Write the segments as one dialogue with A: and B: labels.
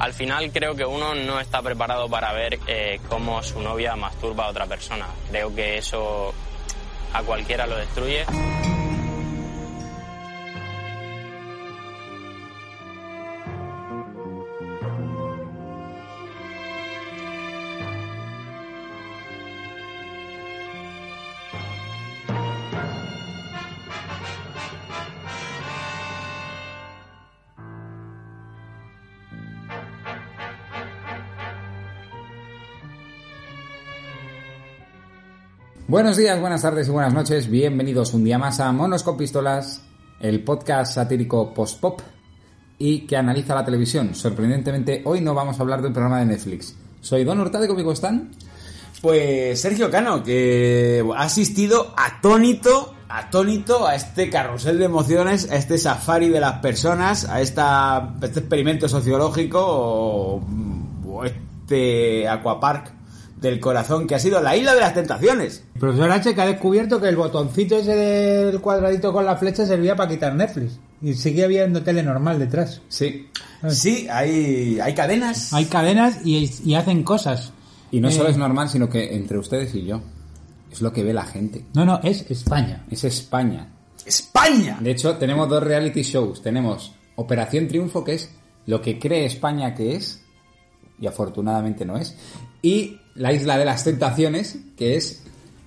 A: Al final creo que uno no está preparado para ver eh, cómo su novia masturba a otra persona. Creo que eso a cualquiera lo destruye.
B: Buenos días, buenas tardes y buenas noches. Bienvenidos un día más a Monos con Pistolas, el podcast satírico post-pop y que analiza la televisión. Sorprendentemente, hoy no vamos a hablar de un programa de Netflix. Soy Don Hurtado y conmigo están.
C: Pues Sergio Cano, que ha asistido atónito, atónito a este carrusel de emociones, a este safari de las personas, a esta, este experimento sociológico o, o este aquapark del corazón que ha sido la isla de las tentaciones.
D: El profesor H que ha descubierto que el botoncito ese del cuadradito con la flecha servía para quitar Netflix. Y sigue habiendo tele normal detrás.
C: Sí. Sí, hay, hay cadenas.
D: Hay cadenas y, y hacen cosas.
B: Y no
D: Eh.
B: solo es normal, sino que entre ustedes y yo. Es lo que ve la gente.
D: No, no, es España.
B: Es España.
C: ¡España!
B: De hecho, tenemos dos reality shows. Tenemos Operación Triunfo, que es lo que cree España que es, y afortunadamente no es, y La Isla de las Tentaciones, que es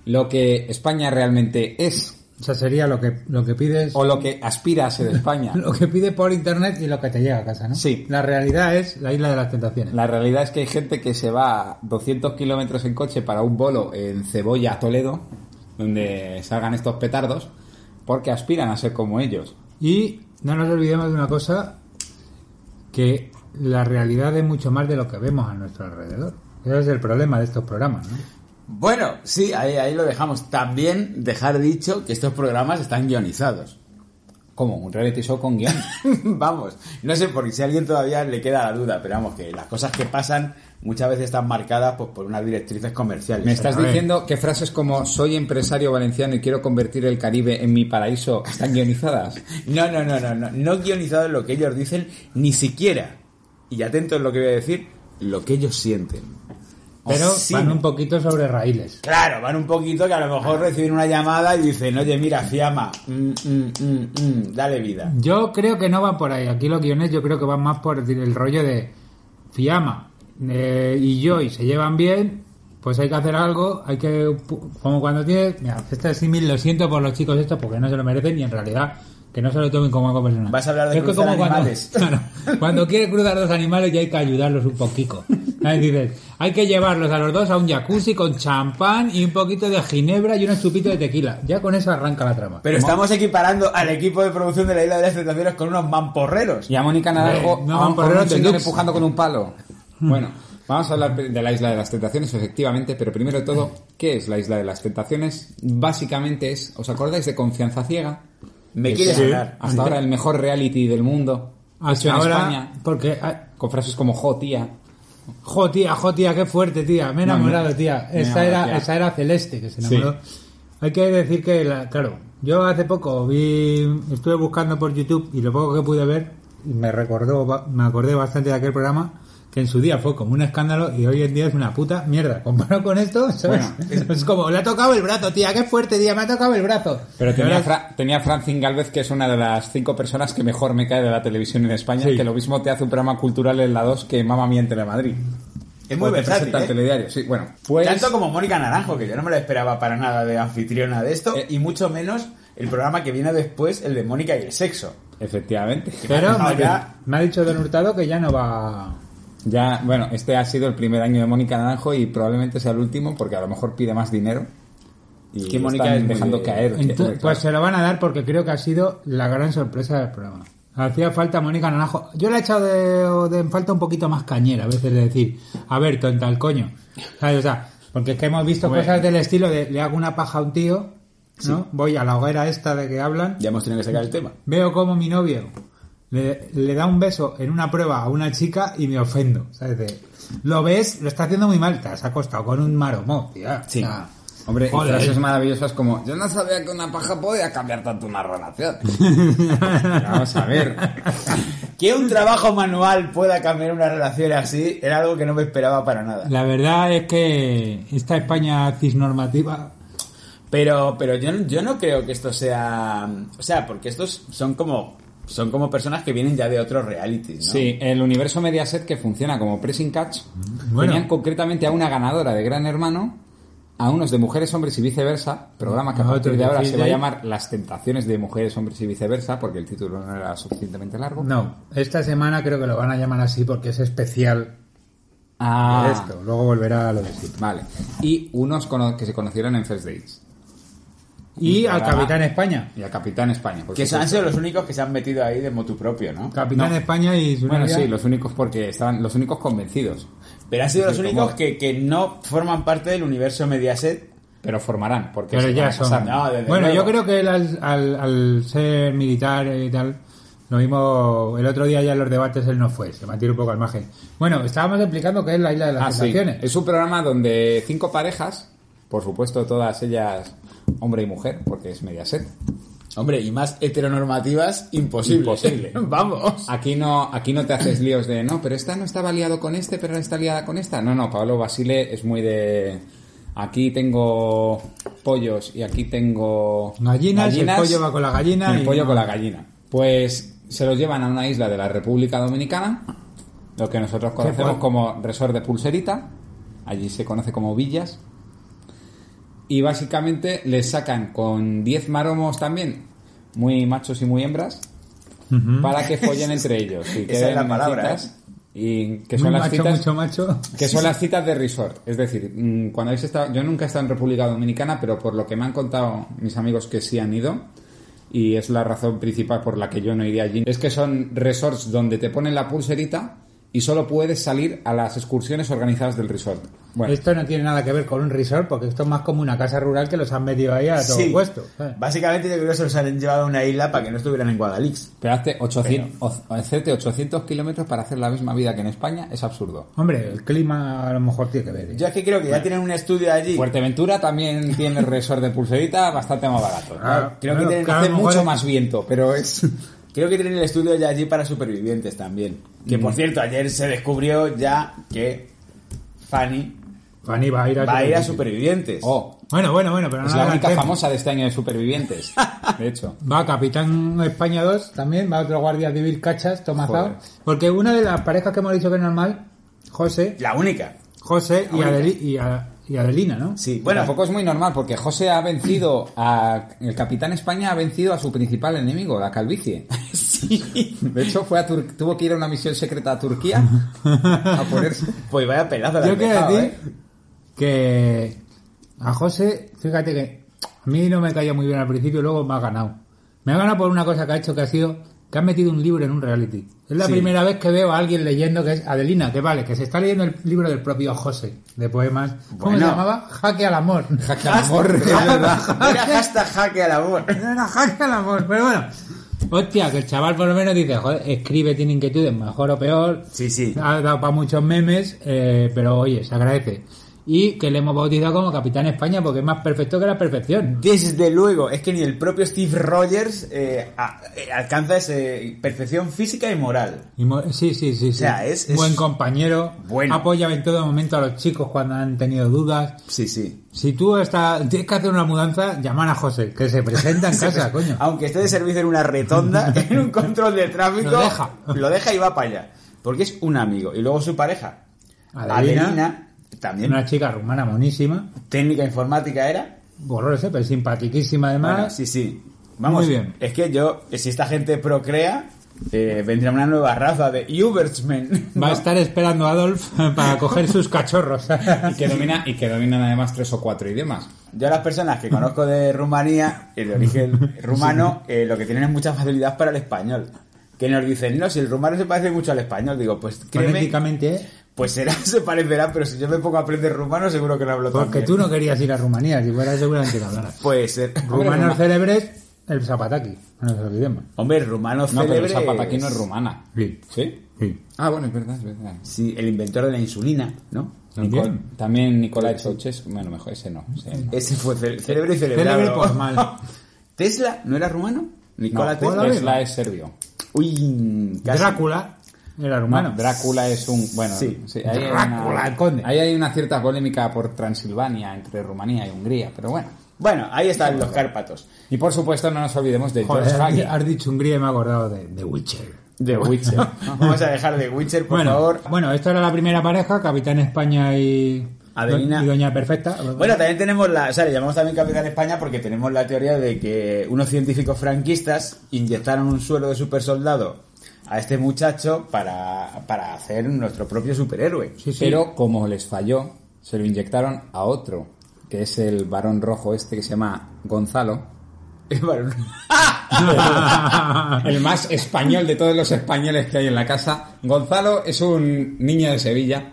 B: lo que España realmente es,
D: O sea, sería lo que, lo que pides.
B: o lo que aspira a ser España.
D: Lo que pide por internet y lo que te llega a casa, ¿no?
B: Sí.
D: La realidad es la isla de las tentaciones.
B: La realidad es que hay gente que se va a 200 kilómetros en coche para un bolo en Cebolla, Toledo, donde salgan estos petardos, porque aspiran a ser como ellos.
D: Y no nos olvidemos de una cosa, que la realidad es mucho más de lo que vemos a nuestro alrededor. Ese es el problema de estos programas, ¿no?
C: Bueno, sí, ahí, ahí lo dejamos. También dejar dicho que estos programas están guionizados.
B: Como un reality show con guión.
C: vamos, no sé por si a alguien todavía le queda la duda, pero vamos, que las cosas que pasan muchas veces están marcadas pues, por unas directrices comerciales.
B: Me estás
D: A ver.
B: diciendo que frases como soy empresario valenciano y quiero convertir el Caribe en mi paraíso están guionizadas.
C: No, no, no, no, no, no guionizado en lo que ellos dicen, ni siquiera. Y atento en lo que voy a decir, lo que ellos sienten.
B: Oh,
D: Pero
C: Sí.
D: van un poquito sobre raíles.
C: Claro, van un poquito que a lo mejor reciben una llamada y dicen, oye, mira, fiamma, mm, mm, mm, mm, dale vida.
D: Yo creo que no van por ahí. Aquí los guiones yo creo que van más por el rollo de Fiamma eh, y Joy se llevan bien, pues hay que hacer algo, hay que... Como cuando tienes... Mira, este símil lo siento por los chicos estos porque no se lo merecen y en realidad que no se lo tomen como algo personal.
C: Vas a hablar de
D: Es que
C: cruzar
D: como
C: animales.
D: Cuando, claro, cuando quieres cruzar dos animales ya hay que ayudarlos un poquito. ¿Sabes? Dices, hay que llevarlos a los dos a un jacuzzi con champán y un poquito de ginebra y unos chupitos de tequila. Ya con eso arranca la trama.
C: Pero estamos equiparando al equipo de producción de la Isla de las Tentaciones con unos mamporreros.
B: Y a Mónica Naranjo
D: Eh, no,
B: a un- a
D: por Hmm.
B: un
D: el
B: señor
D: Dux.
B: empujando con un palo. Bueno, vamos a hablar de la Isla de las Tentaciones, efectivamente, pero primero de todo, ¿qué es la Isla de las Tentaciones? Básicamente es, ¿os acordáis de Confianza Ciega?
C: Me
B: Que
C: quieres
B: es
C: ganar.
B: Hasta ahora el mejor reality del mundo. hecho
D: Hasta
B: en
D: ahora,
B: España,
D: porque... ah,
B: con frases como jo, tía.
D: Jo, tía, jo, tía, qué fuerte, tía. Me he
B: No,
D: enamorado,
B: me-
D: tía.
B: me he
D: Esa
B: enamorado,
D: era,
B: tía.
D: esa era Celeste, que se enamoró. Hay que decir que, la- claro, yo hace poco vi, estuve buscando por YouTube y lo poco que pude ver, y me recordó, ba- me acordé bastante de aquel programa, que en su día fue como un escándalo y hoy en día es una puta mierda. Comparado con esto, ¿sabes? es como, le ha tocado el brazo, tía, qué fuerte, tía, me ha tocado el brazo.
B: Pero tenía,
D: Ahora-
B: Fra- tenía Francine Galvez, que es una de las cinco personas que mejor me cae de la televisión en España,
D: Sí.
B: que lo mismo te hace un programa cultural en la 2 que Mamma Mía en Telemadrid.
C: Es muy
B: O te
C: versátil,
B: presenta el
C: ¿eh?
B: telediario, sí, bueno. Pues,
C: Tanto como Mónica Naranjo, que yo no me lo esperaba para nada de anfitriona de esto,
B: Eh.
C: y mucho menos el programa que viene después, el de Mónica y el sexo.
B: efectivamente.
D: Pero
C: No,
D: me,
C: ya.
D: me ha dicho Don Hurtado que ya no va...
B: Ya, bueno, este ha sido el primer año de Mónica Naranjo y probablemente sea el último porque a lo mejor pide más dinero. Y
C: Que Mónica
B: están
C: es muy
B: dejando
C: de-
B: caer. que-
D: Ento-
B: claro.
D: pues se lo van a dar porque creo que ha sido la gran sorpresa del programa. Hacía falta Mónica Naranjo. Yo le he echado de, de en falta un poquito más cañera a veces de decir, a ver, tonta el coño. ¿Sabes? O sea, porque es que hemos visto
C: Bueno.
D: cosas del estilo de le hago una paja a un tío, ¿no? Voy a la hoguera esta de que hablan,
C: Ya hemos tenido que sacar el tema.
D: veo como mi novio le, le da un beso en una prueba a una chica y me ofendo. ¿Sabes? De, lo ves, lo está haciendo muy mal, te has acostado con un maromo, tía.
B: Sí.
D: O sea,
B: Hombre, y
D: Joder.
B: frases maravillosas como yo no sabía que una paja podía cambiar tanto una relación. Vamos a ver.
C: Que un trabajo manual pueda cambiar una relación así era algo que no me esperaba para nada.
D: La verdad es que esta España cisnormativa
C: Pero, pero yo, yo no creo que esto sea. O sea, porque estos son como. Son como personas que vienen ya de otros realities, ¿no?
B: Sí, el universo Mediaset que funciona como pressing catch
D: Bueno.
B: tenían concretamente a una ganadora de Gran Hermano, a unos de Mujeres, Hombres y Viceversa, programa que a
D: Ah,
B: partir
D: otro
B: de ahora
D: que sí,
B: se va a
D: sí.
B: llamar Las Tentaciones de Mujeres, Hombres y Viceversa, porque el título no era suficientemente largo.
D: No, esta semana creo que lo van a llamar así porque es especial
B: Ah,
D: esto. Luego volverá a lo de siempre.
B: Vale. Y unos cono- que se conocieron en First Dates.
D: Y al
B: Ahora-
D: Capitán España.
B: Y a Capitán España. por
C: Que son- han
B: supuesto.
C: sido los únicos que se han metido ahí de motu propio, ¿no?
D: Capitán
B: No.
D: España y su
B: Bueno,
D: novia.
B: sí, los únicos porque estaban los únicos convencidos,
C: Pero han sido los
B: Sí,
C: únicos
B: como-
C: que, que no forman parte del universo Mediaset.
B: pero formarán, porque
D: Pero
B: se van
D: ya
B: a
D: son.
B: casar.
C: No, desde
D: bueno,
C: luego.
D: yo creo que él al, al- al ser militar y tal, lo mismo el otro día ya en los debates él no fue, se mantiene un poco al margen. Bueno, estábamos explicando que es la isla de las
B: Ah, sí.
D: sensaciones.
B: Es un programa donde cinco parejas, por supuesto todas ellas hombre y mujer, porque es Mediaset.
C: Hombre, y más heteronormativas, imposible.
B: Imposible.
C: Vamos.
B: Aquí no, aquí no te haces líos de no, pero esta no estaba liado con este, pero está liada con esta. No, no, Pablo Basile es muy de aquí tengo pollos y aquí tengo
D: Gallinas, el pollo va con la gallina
B: El
D: y
B: pollo
D: no.
B: con la gallina. Pues se los llevan a una isla de la República Dominicana, lo que nosotros conocemos
D: bueno.
B: como Resort de Pulserita, allí se conoce como Villas, y básicamente les sacan con 10 maromos también, muy machos y muy hembras, para que follen entre ellos. Y
C: Esa es
B: queden
C: la
B: en
C: palabra, ¿eh?
B: citas, y que
D: Muy
B: son las
D: macho,
B: citas
D: mucho macho.
B: que son las citas de resort. Es decir, mm, cuando habéis estado. Yo nunca he estado en República Dominicana, pero por lo que me han contado mis amigos que sí han ido, y es la razón principal por la que yo no iría allí, es que son resorts donde te ponen la pulserita y solo puedes salir a las excursiones organizadas del resort. Bueno,
D: Esto no tiene nada que ver con un resort porque esto es más como una casa rural que los han metido ahí a todo
C: Sí.
D: puesto. Eh. ¿sabes?
C: Básicamente yo creo que se los han llevado a una isla para que no estuvieran en Guadalix.
B: pero hazte 800, o- hacerte 800 kilómetros para hacer la misma vida que en España es absurdo.
D: Hombre, el clima a lo mejor tiene que ver. ¿eh?
C: Yo es que creo que ya tienen un estudio allí.
B: Fuerteventura también tiene resort de pulserita bastante más barato.
D: Ah,
C: creo que
D: claro,
C: tienen-
D: claro,
B: Hace
D: a lo mejor
B: mucho
D: es-
B: más viento, pero es.
C: Creo que tienen el estudio ya allí para supervivientes también. Que
B: Mm.
C: por cierto, ayer se descubrió ya que Fanny
D: Fanny va a ir a,
C: va a ir a supervivientes.
D: Supervivientes.
B: Oh,
D: Bueno, bueno, bueno, pero no
B: Es la única
D: adelantemos.
B: famosa de este año de supervivientes, de hecho.
D: Va Capitán España 2 también, va otro guardia civil cachas, Tomazao.
B: Joder.
D: Porque una de las parejas que hemos dicho que es normal, José,
C: La única.
D: José y, Adeli- y, a- y Adelina, ¿no?
C: Sí,
B: Bueno,
C: bueno,
B: tampoco es muy normal porque José ha vencido a el capitán España ha vencido a su principal enemigo, la calvicie. De hecho, fue a Tur- tuvo que ir a una misión secreta a Turquía a ponerse.
C: pues vaya pedazo de
D: Yo quiero
C: almejado,
D: decir
C: ¿eh?
D: que a José, fíjate que a mí no me caía muy bien al principio, luego me ha ganado. Me ha ganado por una cosa que ha hecho que ha sido que ha metido un libro en un reality. Es la
C: Sí.
D: primera vez que veo a alguien leyendo que es Adelina, que vale, que se está leyendo el libro del propio José, de poemas. ¿Cómo
C: Bueno.
D: se llamaba? Jaque al amor.
B: Jaque al amor.
C: Es verdad. Era hashtag jaque al amor.
D: No era jaque al amor, pero bueno. Hostia, que el chaval por lo menos dice, joder, escribe, tiene inquietudes, mejor o peor.
C: Sí, sí.
D: Ha dado para muchos memes, eh, pero oye, se agradece. Y que le hemos bautizado como Capitán España porque es más perfecto que la perfección.
C: Desde luego, es que ni el propio Steve Rogers eh, a- eh, alcanza ese perfección física y moral.
D: Y mo- sí, sí, sí. sí.
C: sea, es- es-
D: Buen compañero.
C: Bueno.
D: Apoya en todo momento a los chicos cuando han tenido dudas.
C: Sí, sí.
D: Si tú estás, tienes que hacer una mudanza, llamar a José, que se presenta en casa, coño.
C: Aunque esté de servicio en una retonda, en un control de tráfico,
D: Lo deja.
C: lo deja y va para allá. Porque es un amigo. Y luego su pareja,
D: Adelina.
C: Adelina, también
D: Una chica rumana monísima.
C: técnica informática era.
D: Borrosa, pero simpatiquísima además.
C: Bueno, sí, sí. Vamos,
D: Muy bien.
C: es que yo, si esta gente procrea, eh, vendrá una nueva raza de Ubersmen.
D: Va a estar esperando a Adolf para coger sus cachorros.
B: Y que domina y que dominan además tres o cuatro idiomas.
C: Yo a las personas que conozco de Rumanía, eh, de origen rumano, eh, lo que tienen es mucha facilidad para el español. que nos dicen, no, si el rumano se parece mucho al español, digo, pues créeme,
D: Fonéticamente, ¿eh?
C: pues será, se parecerá, pero si yo me pongo a aprender rumano seguro que no hablo tan
D: Porque
C: bien.
D: tú no querías ir a Rumanía, si fuera seguramente que hablaras.
C: Puede ser.
D: Rumanos
C: Hombre,
D: célebres, el zapataki. No nos olvidemos.
C: Hombre, rumano
B: No, pero
C: célebre
B: el zapataki no es rumana.
D: Sí.
B: ¿Sí?
D: Sí.
B: Ah, bueno, es verdad, es verdad.
C: Sí, el inventor de la insulina, ¿no? Nicol.
B: Nicol- También Nicolai Ceausescu, bueno, mejor ese no. ese no.
C: Ese fue cel- célebre y celebrado.
D: Célebre por mal.
C: ¿Tesla no era rumano? Nicola
B: No,
C: Tesla.
B: Tesla es serbio.
C: Uy, casi.
D: Drácula era rumano.
B: Bueno, Drácula es un... Bueno,
C: Sí.
B: ahí hay
D: Drácula,
B: una-
D: el conde.
B: Ahí hay una cierta polémica por Transilvania, entre Rumanía y Hungría, pero bueno.
C: Bueno, ahí están los Cárpatos.
B: Y por supuesto no nos olvidemos de
D: Joder,
B: George
D: has, di-
B: Hagi.
D: has dicho Hungría y me he acordado de, de Witcher.
C: De
B: Witcher.
C: Vamos a dejar de Witcher, por
D: bueno,
C: favor.
D: bueno, esta era la primera pareja, Capitán España y,
C: Adelina.
D: y Doña Perfecta.
C: Bueno, también tenemos la, o sea, le llamamos también Capitán España porque tenemos la teoría de que unos científicos franquistas inyectaron un suero de supersoldado a este muchacho para, para hacer nuestro propio superhéroe.
D: Sí, sí.
B: Pero como les falló, se lo inyectaron a otro, que es el varón rojo este que se llama Gonzalo.
C: Bueno,
B: El más español de todos los españoles que hay en la casa. Gonzalo es un niño de Sevilla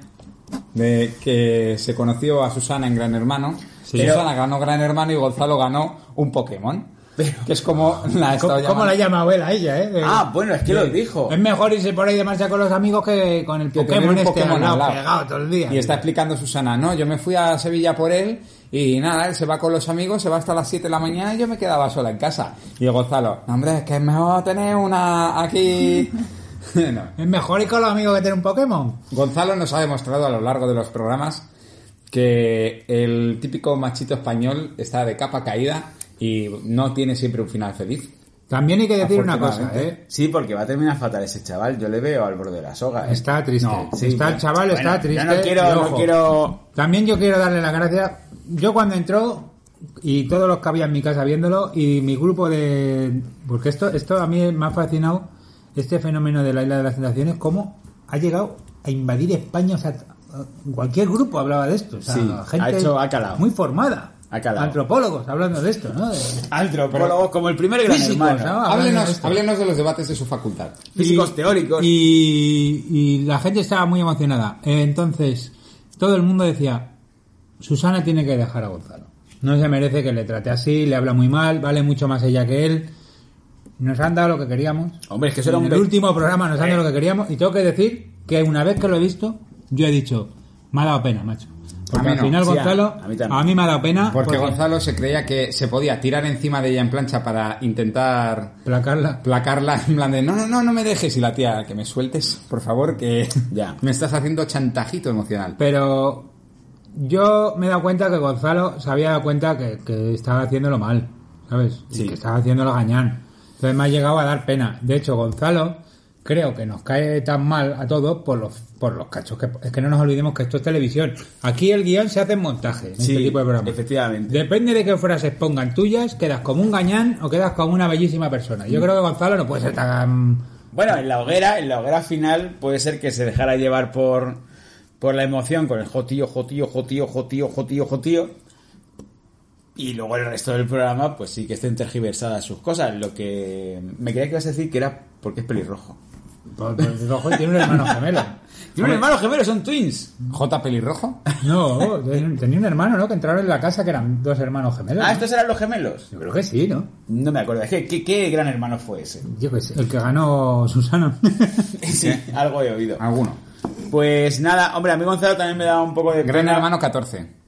B: de que se conoció a Susana en Gran Hermano.
D: Pero-
B: Susana ganó Gran Hermano y Gonzalo ganó un Pokémon. que es como la ha estado
D: ¿Cómo, cómo
B: llamando.
D: la llama abuela ella, eh? De-
C: ah, bueno, es que lo dijo.
D: Es mejor irse por ahí de marcha con los amigos que con el
B: que tener
D: Pokémon
B: un
D: este
B: Pokémon
D: al lado,
B: al lado.
D: pegado todo el día.
B: Y está explicando Susana, no, yo me fui a Sevilla por él y nada, él se va con los amigos, se va hasta las 7 de la mañana y yo me quedaba sola en casa. Y Gonzalo, no, hombre, es que es mejor tener una aquí. No.
D: Es mejor ir con los amigos que tener un Pokémon.
B: Gonzalo nos ha demostrado a lo largo de los programas que el típico machito español está de capa caída y no tiene siempre un final feliz.
D: También hay que decir una cosa,
B: Afortunadamente.
D: ¿eh?
C: Sí, porque va a terminar fatal ese chaval. Yo le veo al borde de la soga. ¿eh?
D: Está triste.
B: No,
C: sí,
D: está el
C: bueno.
D: chaval,
C: Bueno,
D: está triste.
C: Yo no quiero,
D: y
C: no
D: ojo.
C: quiero
D: También yo quiero darle las gracias. Yo cuando entró y todos los que había en mi casa viéndolo y mi grupo de porque esto esto a mí me ha fascinado este fenómeno de la isla de las tentaciones cómo ha llegado a invadir España, o sea, cualquier grupo hablaba de esto, o sea,
C: Sí,
D: gente
C: ha hecho- ha calado.
D: muy formada.
C: Ha calado.
D: Antropólogos hablando de esto, ¿no? De-
C: antropólogos como el primer gran
D: Físicos,
C: hermano.
D: ¿no? hablando de
B: Háblenos,
D: Ah, esto.
B: háblenos de los debates de su facultad.
C: Físicos teóricos.
D: Y, y la gente estaba muy emocionada. Eh, Entonces, todo el mundo decía, Susana tiene que dejar a Gonzalo. No se merece que le trate así, le habla muy mal, vale mucho más ella que él. Nos han dado lo que queríamos.
C: Hombre, es que eso era
D: En
C: un Eh.
D: el
C: ve-
D: último programa nos han dado lo que queríamos. Y tengo que decir que una vez que lo he visto, yo he dicho, me ha dado pena, macho. Porque
B: A mí
D: al
B: no,
D: final
C: sí, a-
D: Gonzalo,
C: a mí también.
D: a mí me ha dado pena.
B: Porque Gonzalo se creía que se podía tirar encima de ella en plancha para intentar
D: Placarla.
B: placarla en plan de no, no, no, no me dejes y la tía, que me sueltes, por favor, que
C: Ya.
B: me estás haciendo chantajito emocional.
D: Pero yo me he dado cuenta que Gonzalo se había dado cuenta que, que estaba haciéndolo mal, ¿sabes? Y
C: Sí.
D: Que estaba haciéndolo gañán. Entonces me ha llegado a dar pena. De hecho, Gonzalo creo que nos cae tan mal a todos por los, por los cachos. Que, es que no nos olvidemos que esto es televisión. Aquí el guión se hace en montaje, en
C: Sí,
D: este tipo de programas.
C: efectivamente.
D: Depende de qué frases pongan tuyas, quedas como un gañán o quedas como una bellísima persona.
C: Mm.
D: Yo creo que Gonzalo no puede ser tan...
C: Bueno, en la hoguera, en la hoguera final puede ser que se dejara llevar por por la emoción con el jotío, jotío, jotío, jotío, jotío, jotío. Y luego el resto del programa, pues sí que estén tergiversadas sus cosas. Lo que me creía que ibas a decir que era porque es pelirrojo.
D: por- por- ojo, y pues, tiene un hermano gemelo.
C: Tiene un hermano gemelo, son twins.
B: J pelirrojo.
D: No, ten- tenía un hermano, ¿no? Que entraron en la casa que eran dos hermanos gemelos.
C: Ah,
D: ¿no?
C: estos eran los gemelos.
D: Yo creo que sí, ¿no?
C: No me acuerdo. Es que, ¿qué, qué gran hermano fue ese?
D: Yo qué sé, el que ganó Susana.
C: Sí, algo he oído.
B: Alguno.
C: Pues nada, hombre, a mí Gonzalo también me da un poco de
B: Gran
C: pena.
B: hermano 14.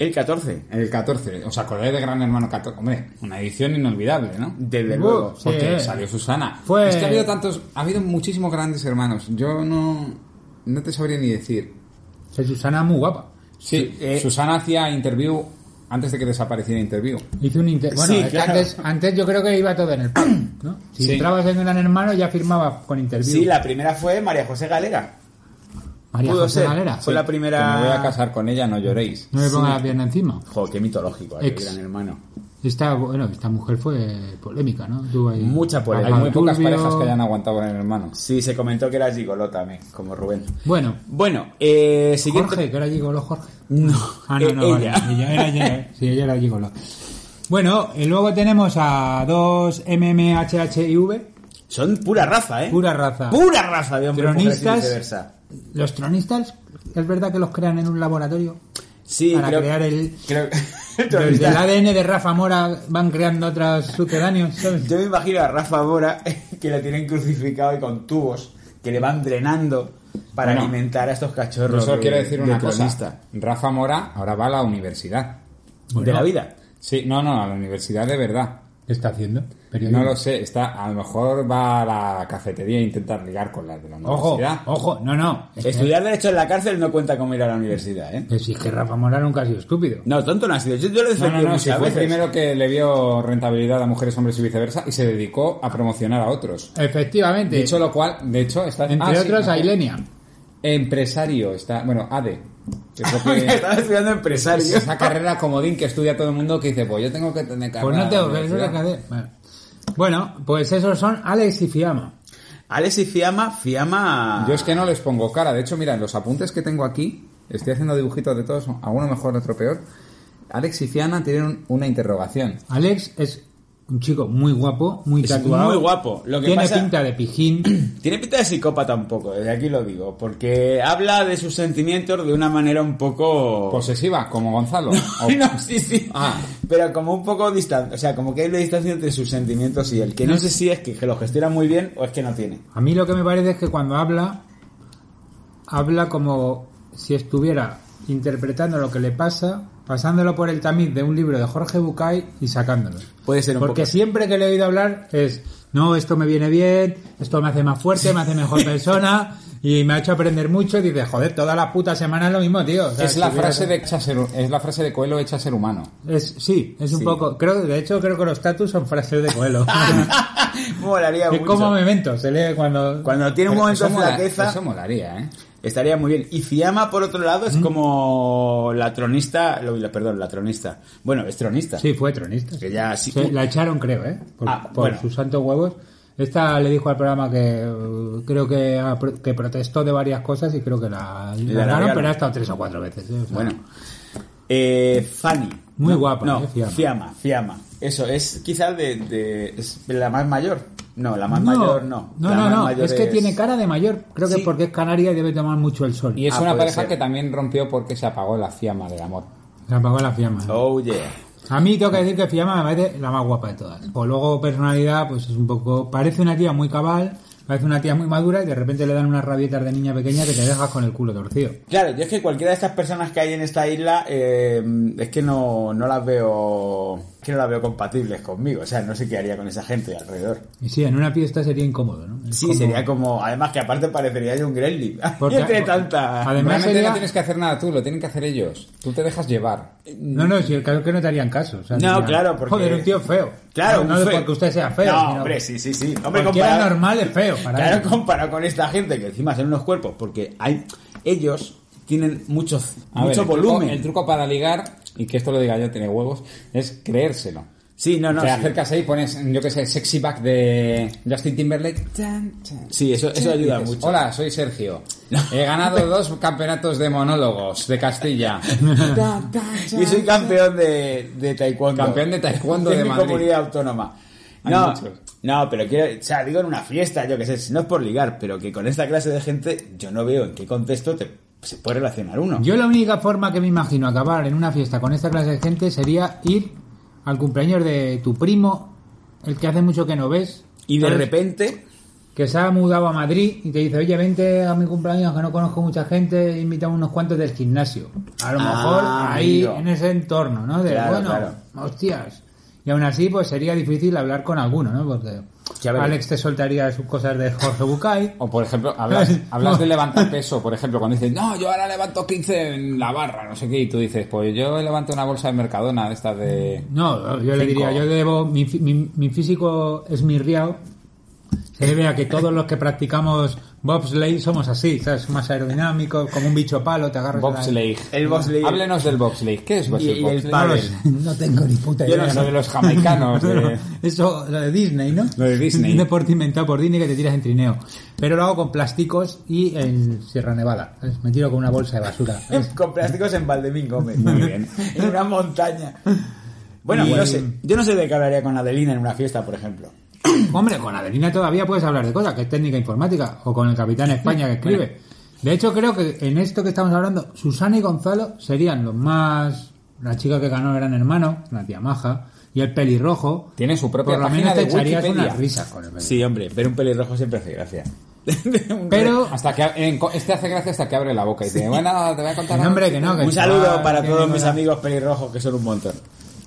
C: El 14.
B: El 14, ¿os acordáis de Gran Hermano 14? Hombre, una edición inolvidable, ¿no?
C: Desde
D: Uh,
C: luego.
D: sí.
B: Porque
D: eh.
B: salió Susana.
D: Fue-
B: Es que ha habido tantos, ha habido muchísimos grandes hermanos. Yo no, no te sabría ni decir.
D: O sea, Susana muy guapa.
B: Sí,
C: eh.
B: Susana hacía interview antes de que desapareciera interview.
D: Hizo un inter- Bueno,
C: Sí,
D: es que
C: claro.
D: antes, antes yo creo que iba todo en el pan, ¿no? Si
B: Sí.
D: entrabas en Gran Hermano ya firmaba con interview.
C: Sí, la primera fue María José Galera.
D: María
C: pudo
D: José
C: ser.
D: Galera.
C: Fue la primera-
B: Que me voy a casar con ella, no lloréis.
D: No me ponga la pierna encima.
C: Joder, qué mitológico, aquel
D: Ex.
C: gran hermano.
D: Esta, bueno, esta mujer fue polémica, ¿no? Tuvo ahí-
C: Mucha polémica.
B: Hay
D: Papá
B: muy pocas
D: Turbio.
B: parejas que hayan aguantado Gran Hermano.
C: Sí, se comentó que era gigoló también, como Rubén.
D: Bueno,
C: Bueno, eh, siguiente...
D: Jorge, que era gigolo Jorge.
C: No,
D: Ah, no, no,
C: ella.
D: vale. Ella era, ella- sí, ella era eh, gigolo. Bueno, y luego tenemos a dos MMHHIV,
C: Son pura raza, ¿eh?
D: Pura raza.
C: Pura raza de hombres
D: Cronistas.
C: mujeres y viceversa.
D: Los tronistas, es verdad que los crean en un laboratorio
C: Sí,
D: para
C: creo,
D: crear el.
C: creo-
D: Desde el ADN de Rafa Mora van creando otros sucedáneos, ¿sabes?
C: Yo me imagino a Rafa Mora que lo tienen crucificado y con tubos que le van drenando para
B: Bueno,
C: alimentar a estos cachorros.
B: Yo solo
C: de-
B: quiero decir
C: de
B: una cosa.
C: cronista.
B: Rafa Mora ahora va a la universidad.
C: De la vida.
B: Sí, no, no, a la universidad de verdad.
D: ¿Qué está haciendo?
B: No lo sé, está, a lo mejor va a la cafetería a intentar ligar con las de la
D: Ojo,
B: universidad.
D: ojo, no, no. Es que,
C: Estudiar derecho en la cárcel no cuenta como ir a la universidad, ¿eh?
D: que si es que Rafa Mora nunca ha sido estúpido.
C: No, tonto no ha sido. Yo, yo lo he
B: No,
C: defendido
B: no, no, si
C: muchas
B: fue el
C: veces.
B: primero que le vio rentabilidad a mujeres, hombres y viceversa y se dedicó a promocionar a otros.
D: Efectivamente.
B: De hecho, lo cual, de hecho, está...
D: entre
B: ah, sí,
D: otros,
B: no.
D: a Ilenia.
B: Empresario, está... Bueno, ADE. que es lo que-
C: Estaba estudiando empresario.
B: esa carrera comodín que estudia todo el mundo que dice, pues yo tengo que tener carrera
D: Pues no
B: en la
D: tengo que
B: universidad.
D: eso es lo que hacer. Bueno. Bueno, pues esos son Alex y Fiamma.
C: Alex y Fiamma, Fiamma...
B: Yo es que no les pongo cara. De hecho, mira, en los apuntes que tengo aquí, estoy haciendo dibujitos de todos, alguno mejor, otro peor. Alex y Fiana tienen una interrogación.
D: Alex es un chico muy guapo, muy
C: Es
D: tatuado.
C: muy guapo. Lo que
D: tiene
C: pasa-
D: pinta de pijín.
C: Tiene pinta de psicópata un poco, desde aquí lo digo, porque habla de sus sentimientos de una manera un poco...
B: Posesiva, como Gonzalo. O-
C: no, sí, sí.
B: Pues- Ah.
C: Pero como un poco distante, o sea, como que hay una distancia entre sus sentimientos y él,
B: Mm.
C: que no sé si es que lo gestiona muy bien o es que no tiene.
D: A mí lo que me parece es que cuando habla, habla como si estuviera interpretando lo que le pasa, pasándolo por el tamiz de un libro de Jorge Bucay y sacándolo.
C: Puede ser un
D: Porque
C: poco...
D: siempre que le he oído hablar es, no, esto me viene bien, esto me hace más fuerte, me hace mejor persona y me ha hecho aprender mucho. Y dice, joder, toda la puta semana es lo mismo, tío. O sea,
B: Es la
D: estuviera-
B: frase de hecha ser- es la frase de Coelho hecha ser humano.
D: Es, sí, es un
C: Sí.
D: poco. creo De hecho, creo que los tatus son frases de Coelho.
C: Molaría
D: es
C: mucho.
D: como memento, se lee cuando.
C: Cuando tiene un
B: Pero
C: momento
B: eso,
C: de
B: mola-
C: flaqueza...
B: eso molaría, ¿eh?
C: Estaría muy bien. Y Fiamma, por otro lado, es como la tronista, lo- lo- perdón, la tronista. Bueno, es tronista.
D: Sí, fue tronista.
C: Que ya sí.
D: Sí, la echaron, creo, ¿eh? Por,
C: Ah,
D: por
C: bueno.
D: sus santos huevos. Esta le dijo al programa que eh, creo que, ha pro- que protestó de varias cosas y creo que la largaron,
C: largaron.
D: pero ha estado tres o cuatro veces. ¿eh? O sea,
C: Bueno. Eh, Fanny.
D: Muy
C: No,
D: guapa,
C: No,
D: eh,
C: Fiamma.
D: Fiamma.
C: Fiamma, Eso, es quizás de, de- es la más mayor. No, la más mayor no.
D: No,
C: La
D: no,
C: más
D: no.
C: mayor
D: Es que tiene cara de mayor. Creo que
C: Sí.
D: porque es canaria y debe tomar mucho el sol.
B: Y es
C: Ah,
B: una
C: puede
B: pareja
C: ser.
B: que también rompió porque se apagó la fiamma del amor.
D: Se apagó la fiamma.
C: Oh, yeah.
D: A mí tengo que decir que Fiamma me parece la más guapa de todas. O luego personalidad, pues es un poco... Parece una tía muy cabal, parece una tía muy madura y de repente le dan unas rabietas de niña pequeña que te dejas con el culo torcido.
C: Claro, yo es que cualquiera de estas personas que hay en esta isla eh, es que no, no las veo es que no las veo compatibles conmigo, o sea, no sé qué haría con esa gente alrededor.
D: Y sí, en una fiesta sería incómodo, ¿no? Es
C: Sí,
D: como-
C: sería como. Además, que aparte parecería de un gremlin.
D: Porque-
C: entre tanta.
D: Además
B: Realmente no
D: sería...
B: tienes que hacer nada tú, lo tienen que hacer ellos. Tú te dejas llevar.
D: No, no, si el caso es que no te harían caso. o sea,
C: No,
D: dirían,
C: claro, porque-
D: Joder, un tío feo.
C: Claro,
D: no,
C: un
D: no
C: feo.
D: porque usted sea feo.
C: No,
D: sino-
C: hombre, sí, sí, sí. Hombre,
D: Cualquiera
C: comparado-
D: normal ¿eh? es feo. Para él.
C: Claro, comparado con esta gente que encima son unos cuerpos, porque hay ellos tienen mucho,
B: A ver,
C: mucho
B: el truco-
C: volumen.
B: el truco para ligar, y que esto lo diga yo, tiene huevos, es creérselo.
C: Sí, no, no.
B: te
C: sí.
B: acercas ahí y pones, yo que sé, sexy back de Justin Timberlake. Chan, chan,
C: Sí, eso- eso ayuda
B: Y
C: mucho.
B: Hola, soy Sergio. He ganado dos campeonatos de monólogos de Castilla. Tan, tan,
C: Y soy campeón de, de taekwondo.
B: Campeón de taekwondo de
C: mi
B: Madrid.
C: comunidad autónoma.
B: Hay
C: No,
B: muchos.
C: no, pero quiero, o sea, digo en una fiesta, yo que sé, si no es por ligar, pero que con esta clase de gente yo no veo en qué contexto te, se puede relacionar uno.
D: Yo la única forma que me imagino acabar en una fiesta con esta clase de gente sería ir al cumpleaños de tu primo, el que hace mucho que no ves.
C: y de
D: ¿sabes?
C: repente,
D: Que se ha mudado a Madrid y te dice, oye, vente a mi cumpleaños que no conozco mucha gente, invitamos unos cuantos del gimnasio. A lo
C: Ah,
D: mejor ahí
C: amigo.
D: en ese entorno, ¿no? De,
C: Claro,
D: bueno,
C: claro.
D: hostias. Y aún así, pues sería difícil hablar con alguno, ¿no? Porque
C: Sí, a ver.
D: Alex te soltaría sus cosas de Jorge Bucay.
B: O por ejemplo, hablas, hablas de levantar peso, por ejemplo, cuando dices, no, yo ahora levanto 15 en la barra, no sé qué, y tú dices, pues yo levanto una bolsa de Mercadona de estas de...
D: No, yo
B: Cinco.
D: le diría, yo debo, mi, fi- mi, mi físico es mirriado. Se debe a que todos los que practicamos bobsleigh somos así, ¿sabes? Más aerodinámicos, como un bicho palo, te agarras.
B: Bobsleigh.
C: el bobsleigh-
B: Háblenos del bobsleigh. ¿Qué es
C: Y- y el
B: bobsleigh?
D: No, lo
C: pádel.
D: sé, no tengo ni puta
C: Yo
D: idea.
C: no
B: Lo de los jamaicanos. de-
D: Eso, lo de Disney, ¿no?
B: Lo de Disney.
D: Un deporte inventado por Disney que te tiras en trineo. Pero lo hago con plásticos y en Sierra Nevada. ¿sabes? Me tiro con una bolsa de basura. ¿sabes?
C: con plásticos en Valdemín Gómez. Muy bien. en una montaña. Bueno,
D: Y-
C: yo no sé, yo no sé de qué hablaría con Adelina en una fiesta, por ejemplo.
D: Hombre, con Adelina todavía puedes hablar de cosas, que es técnica informática, o con el Capitán España que escribe. De hecho, creo que en esto que estamos hablando, Susana y Gonzalo serían los más. La chica que ganó Gran Hermano, la tía Maja, y el pelirrojo.
B: Tiene su propia
D: Por lo
B: página
D: menos te
B: de
D: echarías
B: Wikipedia.
D: unas risas con el pelirrojo.
C: Sí, hombre, ver un pelirrojo siempre hace gracia. Un
D: Pero,
B: Hasta que en- este hace gracia hasta que abre la boca y dice, bueno, te voy a
D: que
B: contar.
D: no, hombre, que no. que
C: Un
D: el
C: saludo
D: chaval
C: para
D: tiene
C: todos mis
D: una-
C: amigos pelirrojos, que son un montón.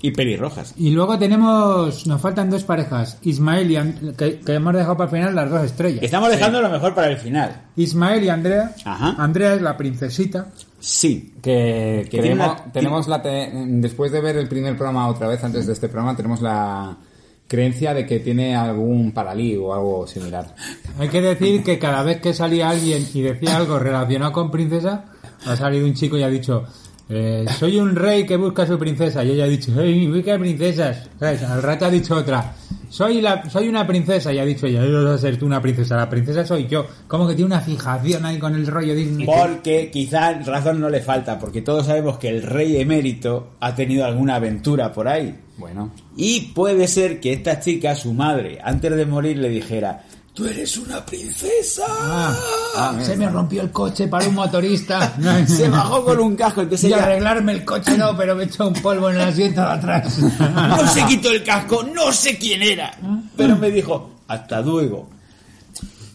C: Y pelirrojas.
D: Y luego tenemos, nos faltan dos parejas, Ismael y An- que, que hemos dejado para el final las dos estrellas.
C: Estamos dejando lo mejor para el final.
D: Ismael y Andrea.
C: Ajá.
D: Andrea es la princesita.
C: Sí.
B: Que,
C: Que tiene
B: tenemos,
C: una-
B: tenemos la te- después de ver el primer programa otra vez antes de este programa tenemos la creencia de que tiene algún paralí o algo similar.
D: Hay que decir que cada vez que salía alguien y decía algo relacionado con princesa, ha salido un chico y ha dicho, eh, soy un rey que busca a su princesa. Y ella ha dicho, "Ey, busca princesas. ¿Sabes? Al rato ha dicho otra, soy la, soy una princesa. Y ha dicho ella, no vas a ser tú una princesa, la princesa soy yo. Como que tiene una fijación ahí con el rollo Disney.
C: Porque quizás razón no le falta, porque todos sabemos que el rey emérito ha tenido alguna aventura por ahí.
B: Bueno,
C: Y puede ser que esta chica, su madre, antes de morir le dijera, tú eres una princesa.
D: Ah, se me rompió el coche para un motorista.
C: Se bajó con un casco, entonces
D: Y
C: ella,
D: arreglarme el coche no, pero me he echado un polvo en el asiento de atrás.
C: no se quitó el casco, no sé quién era, pero me dijo, hasta luego.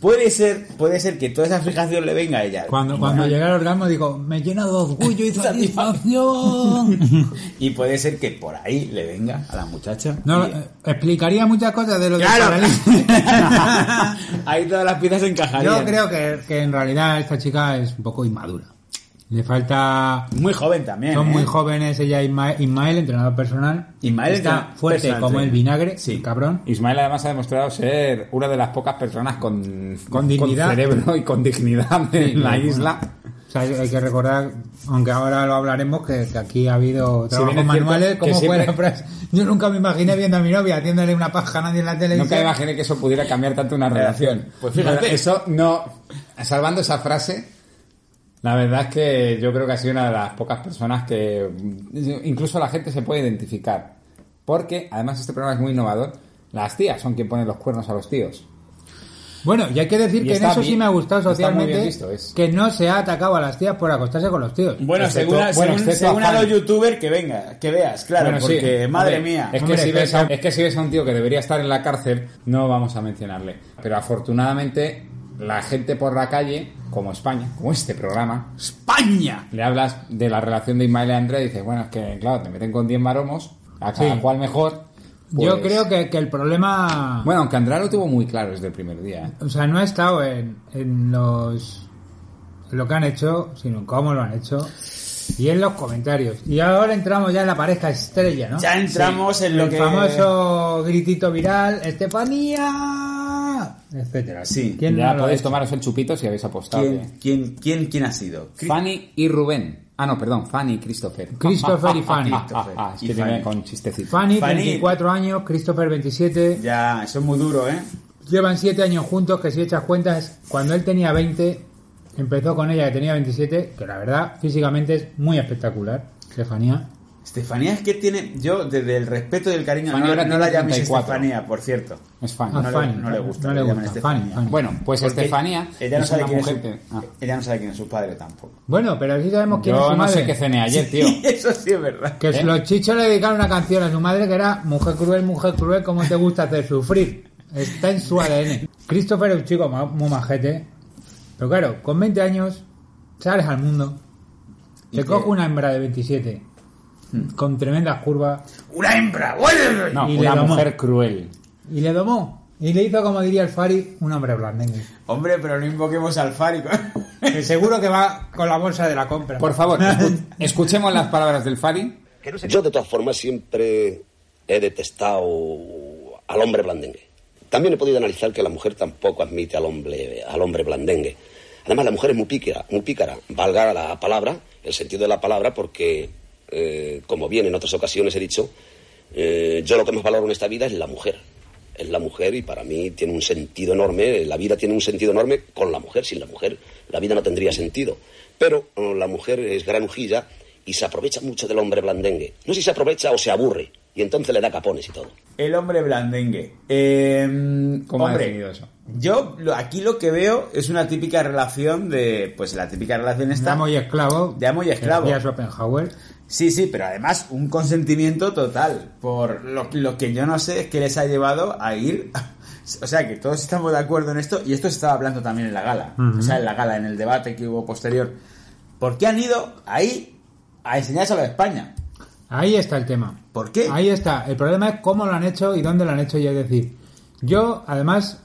C: Puede ser, puede ser que toda esa fijación le venga a ella.
D: Cuando, cuando
C: Bueno,
D: llegué al orgasmo digo, me llena de orgullo y satisfacción.
C: Y puede ser que por ahí le venga a la muchacha.
D: No,
C: Y-
D: eh, explicaría muchas cosas de lo
C: claro.
D: que
C: ahí todas las piezas encajarían.
D: Yo creo que, que en realidad esta chica es un poco inmadura. Le falta...
C: Muy joven también.
D: Son
C: ¿eh?
D: muy jóvenes ella y Isma- Ismael, entrenador personal.
C: Ismael
D: está
C: entrenador
D: fuerte
C: personal,
D: como
C: sí.
D: el vinagre,
C: Sí.
D: el cabrón.
B: Ismael además ha demostrado ser una de las pocas personas con,
D: Con dignidad.
B: cerebro y con dignidad en la
D: bueno.
B: isla.
D: O sea, hay que recordar, aunque ahora lo hablaremos, que, que aquí ha habido trabajos
B: bien es cierto
D: manuales,
B: que
D: como fue
B: siempre-
D: la frase. Yo nunca me imaginé viendo a mi novia haciéndole una paja a nadie en la televisión.
B: Nunca imaginé que eso pudiera cambiar tanto una relación.
C: Pues fíjate.
B: Pero Eso no. Salvando esa frase, la verdad es que yo creo que ha sido una de las pocas personas que. Incluso la gente se puede identificar. Porque además este programa es muy innovador. Las tías son quien ponen los cuernos a los tíos.
D: Bueno, y hay que decir
B: Y
D: que en
B: está
D: eso
B: bien-
D: sí me ha gustado
B: está muy bien
D: socialmente
B: visto, es.
D: que no se ha atacado a las tías por acostarse con los tíos.
C: Bueno,
B: Excepto-
C: según, a-
B: Este bueno,
C: según-
B: excepto
C: según
B: a
C: a los
B: Juan.
C: youtubers que venga, que veas, claro,
B: Bueno, sí.
C: porque madre
B: Hombre,
C: mía.
B: Es que,
D: Hombre,
B: si
D: pero
B: ves a,
D: esa-
B: es que si ves a un tío que debería estar en la cárcel, no vamos a mencionarle. Pero afortunadamente, la gente por la calle, como España, como este programa,
C: España.
B: le hablas de la relación de Ismael y Andrea y dices, bueno, es que, claro, te meten con 10 maromos, a cada
D: Sí.
B: cual mejor. pues-
D: Yo creo que, que el problema...
B: Bueno, aunque Andrea lo tuvo muy claro desde el primer día. ¿eh?
D: O sea, no ha estado en, en los... en lo que han hecho, sino en cómo lo han hecho y en los comentarios. Y ahora entramos ya en la pareja estrella, ¿no?
C: Ya entramos en lo
D: el
C: que
D: famoso gritito viral, Estefanía, etcétera.
C: Sí,
D: ¿Quién
B: Ya
D: no lo ha
B: podéis
D: hecho?
B: tomaros el chupito si habéis apostado.
C: ¿Quién, quién, quién, quién ha sido?
B: ¿eh? Fanny y Rubén. Ah, no, perdón, Fanny y Christopher.
D: Christopher y Fanny.
B: Ah, ah, es
C: Y
B: que tiene
C: Fanny.
B: con chistecito.
D: Fanny,
C: Fanny.
D: 24 años, Christopher, 27.
C: Ya, eso es muy duro, ¿eh?
D: Llevan 7 años juntos, que si echas cuentas, cuando él tenía 20, empezó con ella que tenía 27, que la verdad físicamente es muy espectacular, Estefanía.
C: Estefanía es que tiene, yo desde el respeto y el cariño,
B: Fanny
C: no,
B: ahora
C: no
B: tiene
C: la llaméis
B: 34.
C: Estefanía, por cierto.
B: Es
D: Ah,
B: Fanny.
C: no,
D: Fanny,
C: le, no le gusta,
D: no le
C: llaman
D: gusta,
C: Estefanía.
D: Fanny, Fanny.
B: Bueno, pues
C: Porque
B: Estefanía
C: Ella no,
B: es
C: sabe
B: una
C: quién es
B: mujer
C: su-
B: que- ah.
C: ella no sabe quién es su padre tampoco.
D: Bueno, pero sí sabemos quién es
B: Yo
D: su
B: no
D: madre.
B: sé qué cené ayer, tío.
C: Eso sí es verdad.
D: Que
B: ¿Eh?
D: los chichos le dedicaron una canción a su madre que era Mujer cruel, mujer cruel, ¿cómo te gusta hacer sufrir? Está en su ADN. Christopher es un chico ma- muy majete. Pero claro, con 20 años sales al mundo.
C: ¿Y
D: Te
C: qué? Hmm.
D: coge una hembra de 27 con tremendas curvas
C: ¡Una hembra! ¡Vuelve!
B: No,
D: Y le
B: una
D: domó.
B: mujer cruel.
D: y le domó. Y le hizo, como diría el Fari, un hombre blandengue.
C: Hombre, pero no invoquemos al Fari.
D: Que seguro que va con la bolsa de la compra.
B: Por favor, escu- escuchemos las palabras del Fanny.
E: Yo de todas formas siempre he detestado al hombre blandengue. También he podido analizar que la mujer tampoco admite al hombre, al hombre blandengue. Además, la mujer es muy pícara, muy pícara, valga la palabra, el sentido de la palabra, porque, eh, como bien en otras ocasiones he dicho, eh, yo lo que más valoro en esta vida es la mujer. Es la mujer y para mí tiene un sentido enorme, la vida tiene un sentido enorme con la mujer. Sin la mujer la vida no tendría sentido. Pero oh, eh, la mujer es granujilla y se aprovecha mucho del hombre blandengue. No sé si se aprovecha o se aburre, y entonces le da capones y todo.
C: El hombre blandengue. Eh,
B: ¿Cómo ha
C: hombre,
B: definido eso?
C: yo lo- aquí lo que veo es una típica relación de. Pues la típica relación está.
D: Estamos y esclavo.
C: De amo y esclavo.
D: Decía Schopenhauer.
C: Sí, sí, pero además un consentimiento total. Por lo, lo que yo no sé es que les ha llevado a ir. O sea, que todos estamos de acuerdo en esto, y esto se estaba hablando también en la gala. O sea, en la gala, en el debate que hubo posterior. ¿Por qué han ido ahí a enseñárselo a España?
D: Ahí está el tema.
C: ¿Por qué?
D: Ahí está. El problema es cómo lo han hecho y dónde lo han hecho. Y es decir, yo además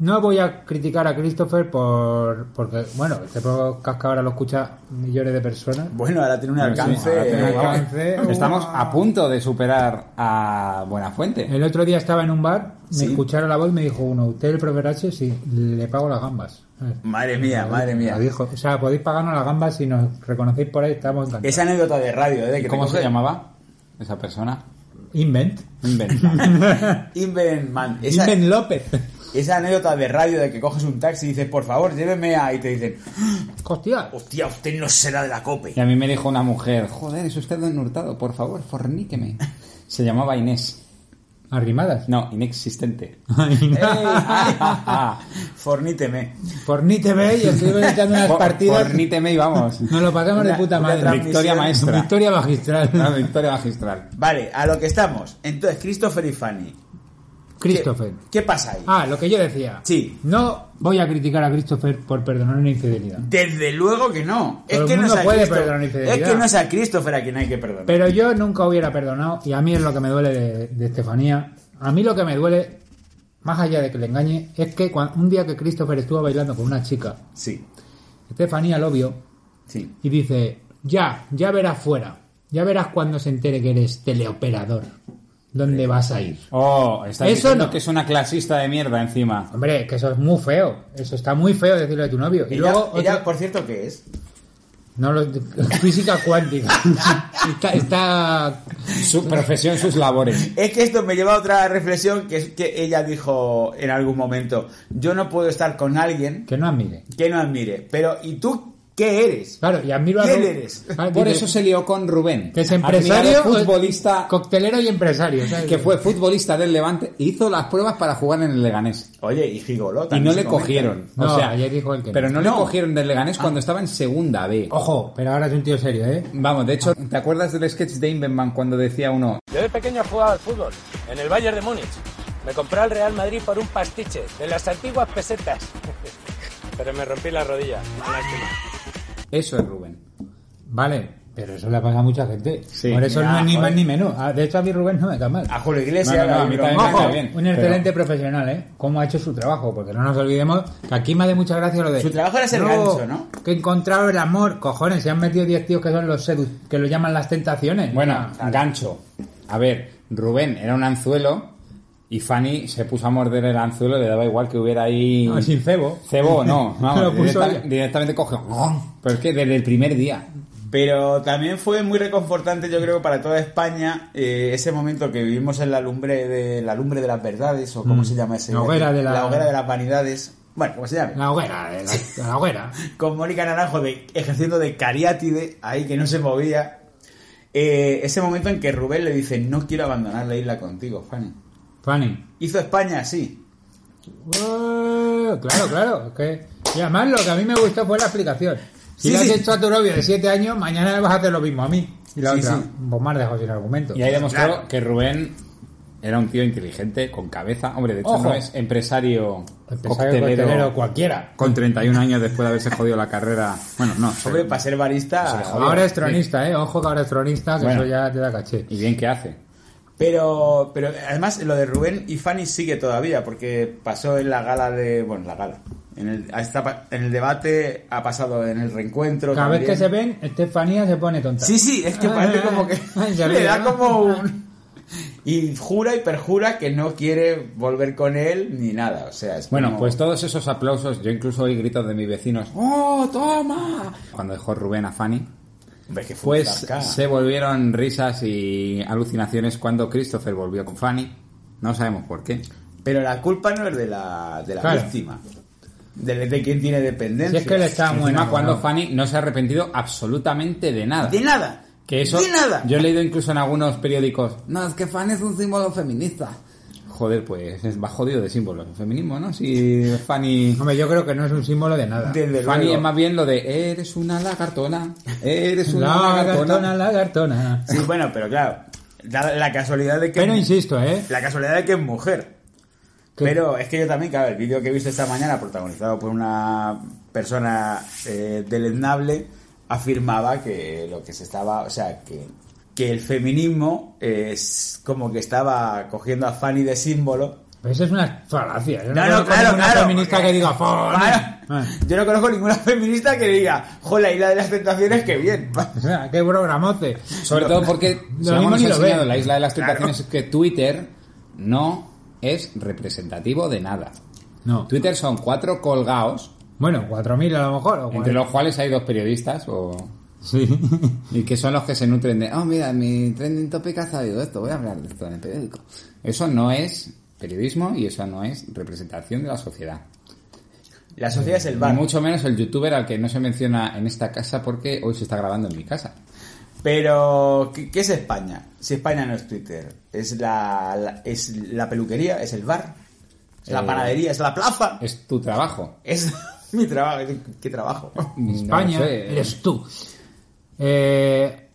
D: no voy a criticar a Christopher por porque, bueno, este podcast que ahora lo escucha millones de personas.
C: Bueno, ahora tiene un
B: Bueno, sí, ahora
C: alcance.
B: tiene
D: eh,
B: un
D: alcance.
B: alcance. Estamos a punto de superar a Buenafuente.
D: El otro día estaba en un bar, me
C: Sí.
D: escucharon la voz y me dijo uno, ¿usted el profe H? Sí, le pago las gambas.
C: Madre mía, madre mía.
D: Lo dijo. O sea, podéis pagarnos las gambas si nos reconocéis por ahí, estamos encantados.
C: Esa anécdota de radio, ¿eh? De que te
B: ¿Cómo se
C: coge-
B: llamaba esa persona?
C: Eh,
D: Invent.
B: Inventa.
C: Invent Man. Esa,
D: Invent López.
C: esa anécdota de radio de que coges un taxi y dices, por favor, lléveme a. Y te dicen,
D: Hostia.
C: hostia, usted no será de la cope.
B: Y a mí me dijo una mujer, joder, es usted don Hurtado, por favor, forníqueme. Se llamaba Inés.
D: Arrimadas.
B: No, inexistente.
D: Ay, no.
C: Forníteme.
D: Forníteme y estuvimos echando unas
B: For-
D: partidas.
B: Forníteme y vamos.
D: Nos lo pasamos de
C: Una-
D: puta
C: una
D: madre.
C: transmisión.
B: Victoria maestra.
D: Victoria magistral.
B: Una victoria magistral.
C: Vale, a lo que estamos. Entonces, Christopher y Fanny. ¿Qué-
D: Christopher.
C: ¿Qué, pasa ahí?
D: Ah, lo que yo decía.
C: Sí.
D: No voy a criticar a Christopher por perdonar una infidelidad.
C: Desde luego que no. Es
D: Todo el
C: que no
D: mundo
C: es, a
D: puede
C: Christo-
D: perdonar infidelidad.
C: es que no es a Christopher a quien hay que perdonar.
D: Pero yo nunca hubiera perdonado, y a mí es lo que me duele de, de Estefanía. A mí lo que me duele, más allá de que le engañe, es que cuan- un día que Christopher estuvo bailando con una chica,
C: Sí,
D: Estefanía lo vio
C: sí.
D: y dice: Ya, ya verás fuera. Ya verás cuando se entere que eres teleoperador. ¿Dónde vas a ir?
B: Oh, está
D: Eso
B: diciendo
D: no.
B: que es una clasista de mierda encima.
D: Hombre, que eso es muy feo. Eso está muy feo decirlo de tu novio. Y luego,
C: ella, ella,
D: otra-
C: por cierto, ¿qué es?
D: no lo- física cuántica. está, está-
B: Su profesión, sus labores.
C: Es que esto me lleva a otra reflexión que es que ella dijo en algún momento, yo no puedo estar con alguien
D: que no admire.
C: que no admire, pero ¿y tú qué eres?
D: Claro, y admiro a
C: ¿Quién
D: Ru-
C: eres?
D: Ah,
B: Por
D: dice,
B: eso se lió con Rubén.
D: que es empresario, eh,
B: admirado futbolista,
D: coctelero y empresario. ¿sabes?
B: que fue futbolista del Levante, hizo las pruebas para jugar en el Leganés.
C: Oye, y Gigoló
B: Y
C: también
B: no
C: se
B: le
C: comenta.
B: cogieron.
D: No,
B: o sea,
D: ayer dijo él que no. Ah.
B: pero no, le
C: No.
B: cogieron del Leganés cuando estaba en segunda B.
D: Ojo, pero ahora es un tío serio, ¿eh?
B: Vamos, de hecho, ¿te acuerdas del sketch de Invenman cuando decía uno,
F: Yo de pequeño jugaba al fútbol, en el Bayern de Múnich. Me compré al Real Madrid por un pastiche, de las antiguas pesetas. Pero me rompí la rodilla, una lástima.
B: eso es Rubén?
D: Vale, pero eso le pasa a mucha gente.
B: Sí.
D: Por eso
C: Ya,
D: no es ni
C: joder.
D: más ni menos. Ah, De hecho, a mí Rubén no me cae mal.
C: A Julio Iglesias,
B: No, no, no,
C: la
B: a mí
C: broma.
B: también me
D: Ojo,
B: cae bien.
D: un
B: pero-
D: excelente profesional, ¿eh? Cómo ha hecho su trabajo, porque no nos olvidemos que aquí me hace mucha gracia lo de...
C: Su trabajo era ser ganso, ¿no?
D: Que he encontrado el amor, cojones, se han metido 10 tíos que son los sedu- que lo llaman las tentaciones.
B: Bueno,
D: Ah,
B: gancho. A ver, Rubén era un anzuelo y Fanny se puso a morder el anzuelo, le daba igual que hubiera ahí...
D: no, sin cebo.
B: Cebo, no, vamos,
D: Lo puso
B: directa-
D: ella.
B: directamente coge... Pero es que desde el primer día.
C: Pero también fue muy reconfortante, yo creo, para toda España eh, ese momento que vivimos en la lumbre de la lumbre de las verdades o cómo
B: Mm.
C: se llama ese
D: La hoguera de la-
C: hoguera de las vanidades. Bueno, como se llame.
D: La hoguera, de la, la hoguera.
C: con Mónica Naranjo de- ejerciendo de cariátide, ahí que no se movía. Eh, ese momento en que Rubén le dice, no quiero abandonar la isla contigo, Fanny.
D: Fanny.
C: Hizo España así.
D: Ué, Claro, claro. es que- Y además lo que a mí me gustó fue la explicación. Si
C: Sí,
D: le has
C: sí.
D: hecho a tu novio de 7 años, mañana le vas a hacer lo mismo a mí. Y la
C: Sí,
D: otra,
C: sí.
D: vos me has dejado sin argumento.
B: Y ahí demostró
C: Claro.
B: que Rubén era un tío inteligente, con cabeza. Hombre, de hecho
D: Ojo.
B: no es empresario,
D: Pues Empresario, coctelero, cualquiera.
B: Con 31 años después de haberse jodido la carrera. Bueno, no. se-
C: Hombre, para ser barista...
B: Se jodió.
D: Ahora es tronista, ¿eh? Ojo que ahora es tronista, que
B: Bueno.
D: eso ya te da caché.
B: Y bien que hace.
C: Pero, pero además lo de Rubén y Fanny sigue todavía, porque pasó en la gala de. Bueno, en la gala. En el, ha esta- en el debate, ha pasado en el reencuentro.
D: Cada vez
C: también.
D: que se ven, Estefanía se pone tonta.
C: Sí, sí, es que parece como que.
D: Ay, ya
C: le
D: veo,
C: da
D: ¿no?
C: como un. Y jura y perjura que no quiere volver con él ni nada. O sea, es
B: Bueno,
C: como-
B: pues todos esos aplausos, yo incluso oí gritos de mis vecinos. ¡Oh, toma! Cuando dejó Rubén a Fanny.
C: Hombre, que fue un
B: Pues
C: zasca.
B: se volvieron risas y alucinaciones cuando Christopher volvió con Fanny. No sabemos por qué.
C: Pero la culpa no es de la, de la
D: Claro.
C: víctima. De, de quien tiene
D: Si
C: dependencia.
D: es que él está muy
B: Encima, cuando
D: enamorado.
B: Fanny no se ha arrepentido absolutamente de nada.
C: De nada.
B: Que eso,
C: ¡De nada!
B: Yo he leído incluso en algunos periódicos, no, es que fan es un símbolo feminista. Joder, pues es- va jodido de símbolo el feminismo, ¿no? Si Fanny...
D: Hombre, yo creo que no es un símbolo de nada.
C: Desde
B: Fanny
C: luego.
B: es más bien lo de, eres una lagartona, eres una
D: Lagartona,
B: lagartona.
D: lagartona.
C: Sí, bueno, pero claro. La, la casualidad de que.
D: Pero insisto, ¿eh?
C: La casualidad de que es mujer.
D: ¿Qué?
C: Pero es que yo también, claro, el vídeo que he visto esta mañana, protagonizado por una persona eh, deleznable, afirmaba que lo que se estaba. O sea, que, que el feminismo es como que estaba cogiendo a Fanny de símbolo.
D: Pero eso es una falacia. Yo
C: No, no,
D: conozco
C: claro,
D: ninguna
C: claro.
D: feminista que diga, "Fo, Ah. no".
C: Claro. Yo no conozco ninguna feminista que diga, jola, y la de las tentaciones, que bien.
D: O sea, qué programote.
B: Sobre todo porque,
D: lo
B: según
D: mismo
B: nos
D: ni
B: ha
D: lo
B: enseñado
D: ven.
B: en la Isla de las Tentaciones, es que Twitter no es representativo de nada.
D: No.
B: Twitter son cuatro colgados,
D: Bueno, 4.000 a lo mejor. O
B: entre los cuales hay dos periodistas o...
D: Sí.
B: Y que son los que se nutren de, oh, mira, mi trending topic ha salido esto, voy a hablar de esto en el periódico. Eso no es periodismo y eso no es representación de la sociedad.
C: La sociedad es el
B: Ni
C: bar.
B: mucho menos el youtuber al que no se menciona en esta casa porque hoy se está grabando en mi casa.
C: Pero, ¿qué, qué es España? Si España no es Twitter, es la, la- es la peluquería, es el bar, es la
B: Eh,
C: panadería, es la plaza,
D: eh,
C: es,
B: Es tu trabajo.
C: mi trabajo, qué trabajo.
D: España,
B: No sé.
D: eres tú. Eh,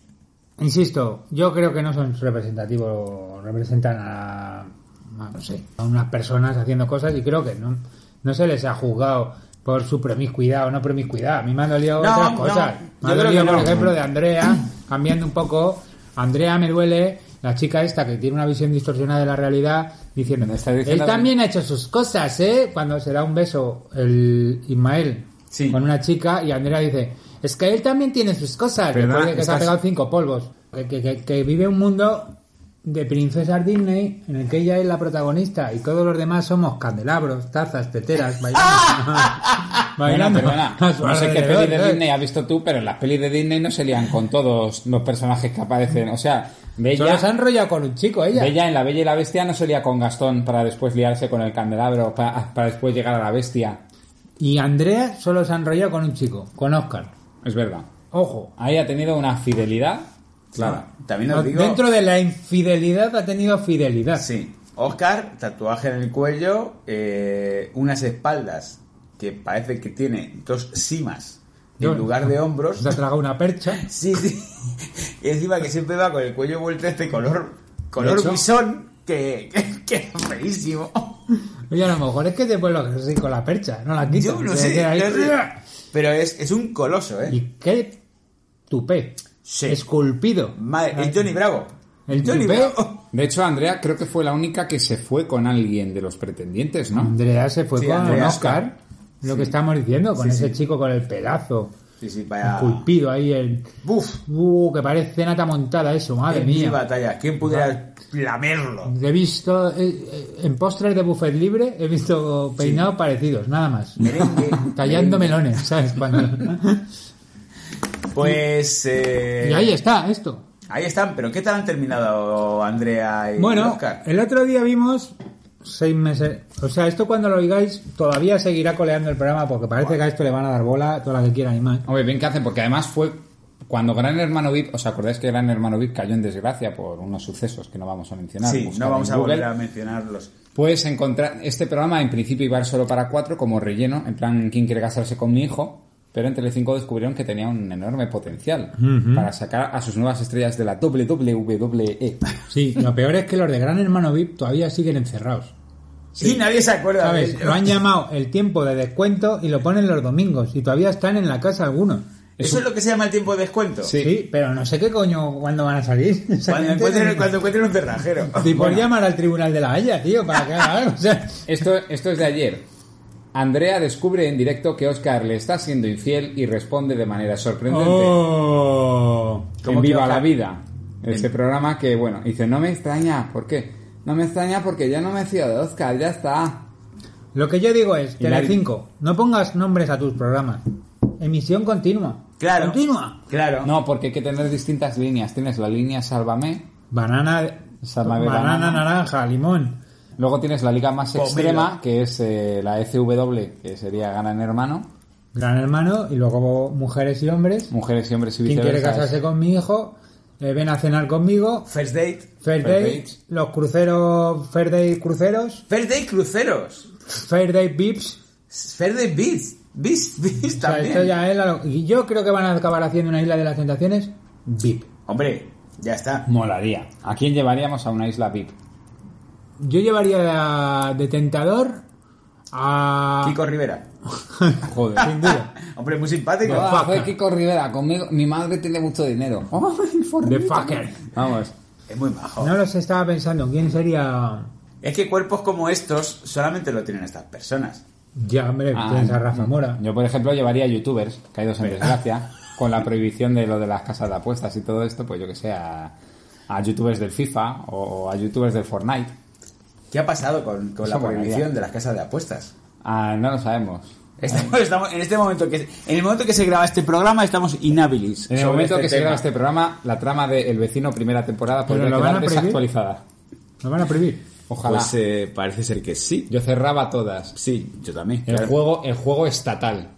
D: insisto, yo creo que no son representativos, representan a, a, no sé, a unas personas haciendo cosas y creo que no, no se les ha juzgado por su promiscuidad o no promiscuidad. A mí me han dolido
C: No,
D: otras
C: no,
D: cosas.
C: yo
D: me han
C: creo
D: dolido,
C: que
D: por
C: no.
D: ejemplo, de Andrea, cambiando un poco. Andrea me duele, la chica esta que tiene una visión distorsionada de la realidad, diciendo,
B: Me está diciendo
D: él
B: que-
D: también ha hecho sus cosas, ¿eh? Cuando se da un beso el Ismael
C: Sí.
D: con una chica y Andrea dice, es que él también tiene sus cosas,
C: Perdona,
D: después de que se ha
C: estás-
D: pegado cinco polvos, que, que- que- que vive un mundo de princesas Disney en el que ella es la protagonista y todos los demás somos candelabros, tazas, teteras, bailando.
B: Bueno,
D: Bailando
B: perdona,
D: a su
B: no sé qué
D: alrededor,
B: peli de
D: ¿sabes?
B: Disney has visto tú, pero en las pelis de Disney no se lían con todos los personajes que aparecen. O sea,
D: Solo se ha
B: Bella,
D: enrollado con un chico ella.
B: Bella en La Bella y la Bestia no se lía con Gastón para después liarse con el candelabro, para, para después llegar a la bestia.
D: Y Andrea solo se ha enrollado con un chico, con Oscar.
B: Es verdad.
D: Ojo.
B: Ahí ha tenido una fidelidad clara.
C: También os digo,
D: Dentro de la infidelidad ha tenido fidelidad.
C: sí, Oscar, tatuaje en el cuello, eh, unas espaldas que parece que tiene dos cimas
D: Yo-
C: en lugar de hombros.
D: Se Pues ha tragado una percha.
C: Sí, sí. Y encima que siempre va con el cuello vuelto este color,
D: De
C: color
D: hecho-
C: bisón, que, que, que es feísimo.
D: Oye, a lo mejor es que después lo que con la percha, no la quito.
C: Yo no
D: Se
C: sé,
D: queda ahí.
C: no sé. Pero es, es un coloso, ¿eh?
D: Y qué tupé.
C: Sí.
D: Esculpido.
C: Madre, el Johnny Bravo.
D: Ah, El
C: Johnny
D: tupé.
C: Bravo.
B: De hecho, Andrea creo que fue la única que se fue con alguien de los pretendientes, ¿no?
D: Andrea se fue
C: Sí,
D: con
C: Andrea.
D: Oscar. Lo que estamos diciendo, con ese chico con el pelazo.
C: Sí, sí, vaya.
D: Esculpido ahí el.
C: Buf.
D: Uh, que parece nata montada eso, madre
C: Qué
D: mía.
C: batalla. ¿Quién pudiera lamerlo?
D: He visto eh, eh, en postres de buffet libre, he visto peinados parecidos, nada más.
C: Merengue.
D: Tallando melones, ¿sabes? Cuando-
C: Pues. eh,
D: Y ahí está, esto.
C: ahí están, pero ¿qué tal han terminado Andrea y
D: Bueno, eh,
C: Oscar?
D: el otro día vimos seis meses. O sea, esto cuando lo oigáis todavía seguirá coleando el programa porque parece que a esto le van a dar bola toda la que quieran y más.
B: Hombre, bien que hacen, porque además fue cuando Gran Hermano VIP, ¿os acordáis que Gran Hermano VIP cayó en desgracia por unos sucesos que no vamos a mencionar?
C: Sí,
B: Buscad
C: no vamos
B: en
C: a
B: Google.
C: volver a mencionarlos.
B: Puedes encontrar este programa en principio iba a ir solo para cuatro como relleno, en plan quién quiere casarse con mi hijo, pero en Telecinco descubrieron que tenía un enorme potencial para sacar a sus nuevas estrellas de la E. WWE.
D: Sí, lo peor es que los de Gran Hermano VIP todavía siguen encerrados.
C: Y nadie se acuerda de
D: ¿Sabes?
C: ellos.
D: Lo han llamado el tiempo de descuento y lo ponen los domingos y todavía están en la casa algunos.
C: Eso es lo que se llama el tiempo de descuento.
D: Sí. pero no sé qué coño cuándo van a salir. O sea,
C: Cuando
D: no
C: encuentren,
D: entiendo.
C: cuando encuentren un cerrajero.
D: Sí, por "Pues llamar al tribunal de la Haya, tío, para que haga algo. o sea.
B: Esto, esto es de ayer. Andrea descubre en directo que Oscar le está siendo infiel y responde de manera sorprendente.
D: Oh.
B: como
C: Como
B: Viva
C: que-
B: la Vida. Este programa que, bueno, dice, no me extraña, ¿por qué? No me extraña porque ya no me fío de Oscar, ya está.
D: Lo que yo digo es,
B: Y la-
D: Telecinco, no pongas nombres a tus programas. Emisión continua.
C: Claro.
D: Continua.
C: Claro.
B: No, porque hay que tener distintas líneas. Tienes la línea Sálvame,
D: Banana,
B: Salma de
D: banana,
B: banana.
D: naranja, limón.
B: luego tienes la liga más
D: Pues
C: Pomelo.
B: extrema, que es eh, la FW, que sería Gran Hermano,
D: Gran hermano y luego mujeres y hombres.
B: Mujeres y Hombres y
D: ¿Quién quiere
B: Viceversa.
D: casarse con mi hijo? eh, ven a cenar conmigo.
C: First date.
D: Fair
B: Fair
D: Day,
B: Dates.
D: los cruceros, Fair Day cruceros,
C: First date cruceros.
D: Fair Day vips.
C: Fair date beats. Beats, beats
D: O sea,
C: también.
D: esto ya es la- y yo creo que van a acabar haciendo una isla de las tentaciones VIP.
C: Hombre, ya está.
B: Molaría. ¿A quién llevaríamos a una isla VIP?
D: Yo llevaría de tentador
B: Ah.
D: a...
C: Kiko Rivera.
D: Joder, sin duda.
C: Hombre, muy simpático.
D: The
B: Ah,
D: fucker.
B: fue Kiko Rivera, conmigo. Mi madre tiene mucho dinero. Oh, el
D: The
B: fornito.
D: fucker.
B: Vamos.
C: Es muy majo.
D: No los estaba pensando, ¿quién sería...?
C: Es que cuerpos como estos solamente lo tienen estas personas.
D: Ya, hombre,
B: Ah,
D: piensa Rafa Mora.
B: Yo, por ejemplo, llevaría youtubers caídos en desgracia con la prohibición de lo de las casas de apuestas y todo esto, pues yo que sé, a, a youtubers del FIFA o a youtubers del Fortnite.
C: ¿Qué ha pasado con, con la
B: Eso molaría.
C: prohibición de las casas de apuestas?
B: Ah, no lo sabemos.
C: Estamos, estamos- en este momento que en el momento que se graba este programa estamos inhábiles.
B: En el
C: sobre
B: momento
C: este
B: que se
C: tema.
B: graba este programa, la trama de El vecino primera temporada
D: ¿Pero
B: podría
D: lo van a
B: quedar
D: prohibir?
B: desactualizada.
D: Lo van a prohibir.
B: Ojalá.
C: Pues eh, parece ser que sí.
B: Yo cerraba todas.
C: Sí, yo también.
B: El
C: claro.
B: juego, el juego estatal.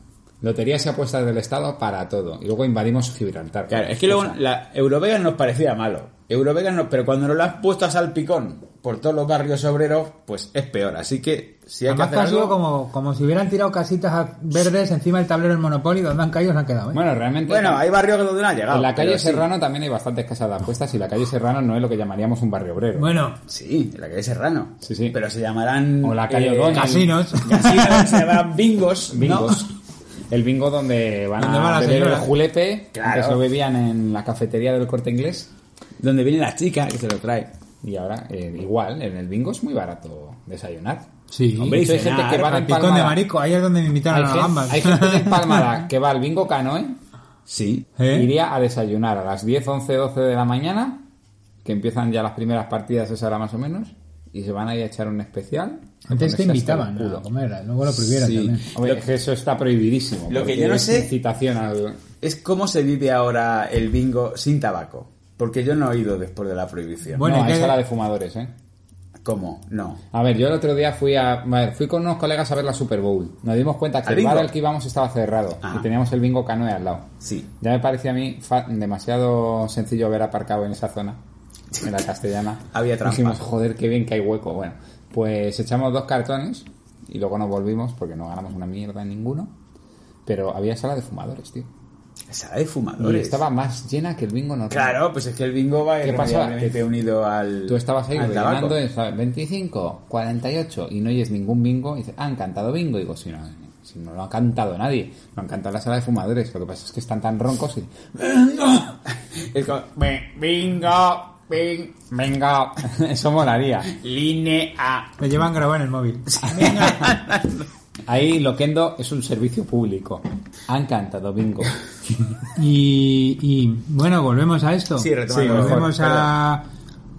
B: Loterías y apuestas del Estado para todo. Y luego invadimos Gibraltar.
C: Claro, es que luego la Eurovegas nos parecía malo. Eurovegas no, pero cuando nos lo han puesto a salpicón por todos los barrios obreros, pues es peor. Así que si hay
D: Además
C: que
D: que ha
C: hacer
D: sido
C: algo,
D: como, como si hubieran tirado casitas a- verdes encima del tablero del Monopoly, donde han caído se han quedado. ¿eh?
B: Bueno, realmente.
C: bueno, hay barrios donde no ha llegado.
B: en la calle
C: pero sí.
B: Serrano también hay bastantes casas de apuestas y la calle Serrano no es lo que llamaríamos un barrio obrero.
D: Bueno,
C: Sí, en la calle Serrano.
B: Sí, sí.
C: Pero se llamarán
B: O la calle O'Donnell.
D: casinos.
C: casinos, se llamarán bingos, ¿no?
B: Bingos. El bingo donde van
D: Donde
B: a
D: van las
B: beber el
D: señoras.
B: julepe,
C: Claro.
B: que se lo bebían en la cafetería del corte inglés.
C: donde viene la chica que se lo trae.
B: Y ahora, eh, igual, en el bingo es muy barato desayunar. Hombre,
D: Sí.
B: y
C: Hombre,
B: hay
C: y
B: gente
C: cenar,
B: que va de
D: Al picón de
B: empalmada.
D: marico, ahí es donde me invitaron
B: Hay,
D: a las
B: gen-
D: gambas.
B: hay gente de empalmada que va al bingo canoe,
C: Sí.
D: ¿Eh?
B: iría a desayunar a las 10, 11, 12 de la mañana, que empiezan ya las primeras partidas, esa hora más o menos, y se van a ir a echar un especial. a
D: Antes
B: ponerse hasta
D: te
B: el
D: invitaban
B: culo.
D: a comer, luego lo prohibieron
C: Sí.
D: también.
B: Hombre, es que eso está prohibidísimo.
C: Lo que
B: porque
C: yo no
B: es
C: sé-
B: incitación al-
C: Es cómo se vive ahora el bingo sin tabaco. Porque yo no he ido después de la prohibición.
D: Bueno,
B: no,
D: ¿y
B: hay
D: qué-
B: sala de fumadores, ¿eh?
C: ¿Cómo? No.
B: A ver, yo el otro día fui a, a ver, fui con unos colegas a ver la Super Bowl. Nos dimos cuenta que
C: ¿Al
B: el bar
C: bingo?
B: al que íbamos estaba cerrado
C: Ah.
B: y teníamos el bingo canoe al lado.
C: Sí.
B: Ya me parecía a mí fa- demasiado sencillo haber aparcado en esa zona, en la castellana.
C: Había trampa.
B: Dijimos, joder, qué bien que hay hueco. Bueno, pues echamos dos cartones y luego nos volvimos porque no ganamos una mierda en ninguno. Pero había sala de fumadores, tío.
C: Sala de
B: Y
C: fumadores.
B: estaba más llena que el bingo normal.
C: Claro, pues es que el bingo va
B: ¿Qué pasa?
C: irremediablemente
B: Que
C: unido al.
B: Tú estabas ahí
C: al tabaco.
B: rellenando, estabas 25, 48 y no oyes ningún bingo. Y dices, "Ah, han cantado bingo. Y digo, si no, si no lo ha cantado nadie, lo han cantado la sala de fumadores. Lo que pasa es que están tan roncos y.
C: Es como, "Me-
B: Bingo, bing, bingo. Eso molaría.
C: Línea.
D: Me llevan grabado en el móvil.
B: Ahí Loquendo es un servicio público. Han cantado bingo.
D: Y, y, bueno, volvemos a esto.
C: Sí, retomando, mejor,
D: volvemos a,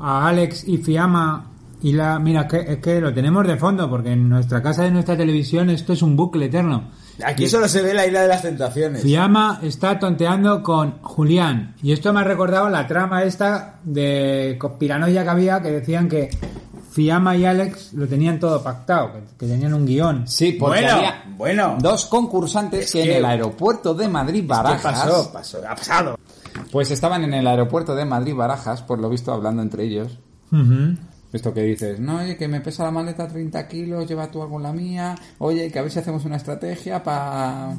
D: a Alex y Fiamma. Y la, mira, que, es que lo tenemos de fondo, porque en nuestra casa y nuestra televisión esto es un bucle eterno.
C: Aquí solo se ve la isla de las tentaciones.
D: Fiamma está tonteando con Julián. Y esto me ha recordado la trama esta de conspiranoia que había, que decían que Fiamma y Alex lo tenían todo pactado, que, que tenían un guión.
B: Sí, porque
C: Bueno,
B: había
C: bueno.
B: dos concursantes
C: Es
B: que,
C: que-
B: en el aeropuerto de Madrid
C: ¿Qué
B: Barajas.
C: pasó? Pasó. Ha pasado.
B: Pues estaban en el aeropuerto de Madrid Barajas, por lo visto hablando entre ellos.
D: Ujú.
B: Esto que dices, no, oye, que me pesa la maleta 30 kilos, lleva tú algo en la mía, oye, que a ver si hacemos una estrategia para...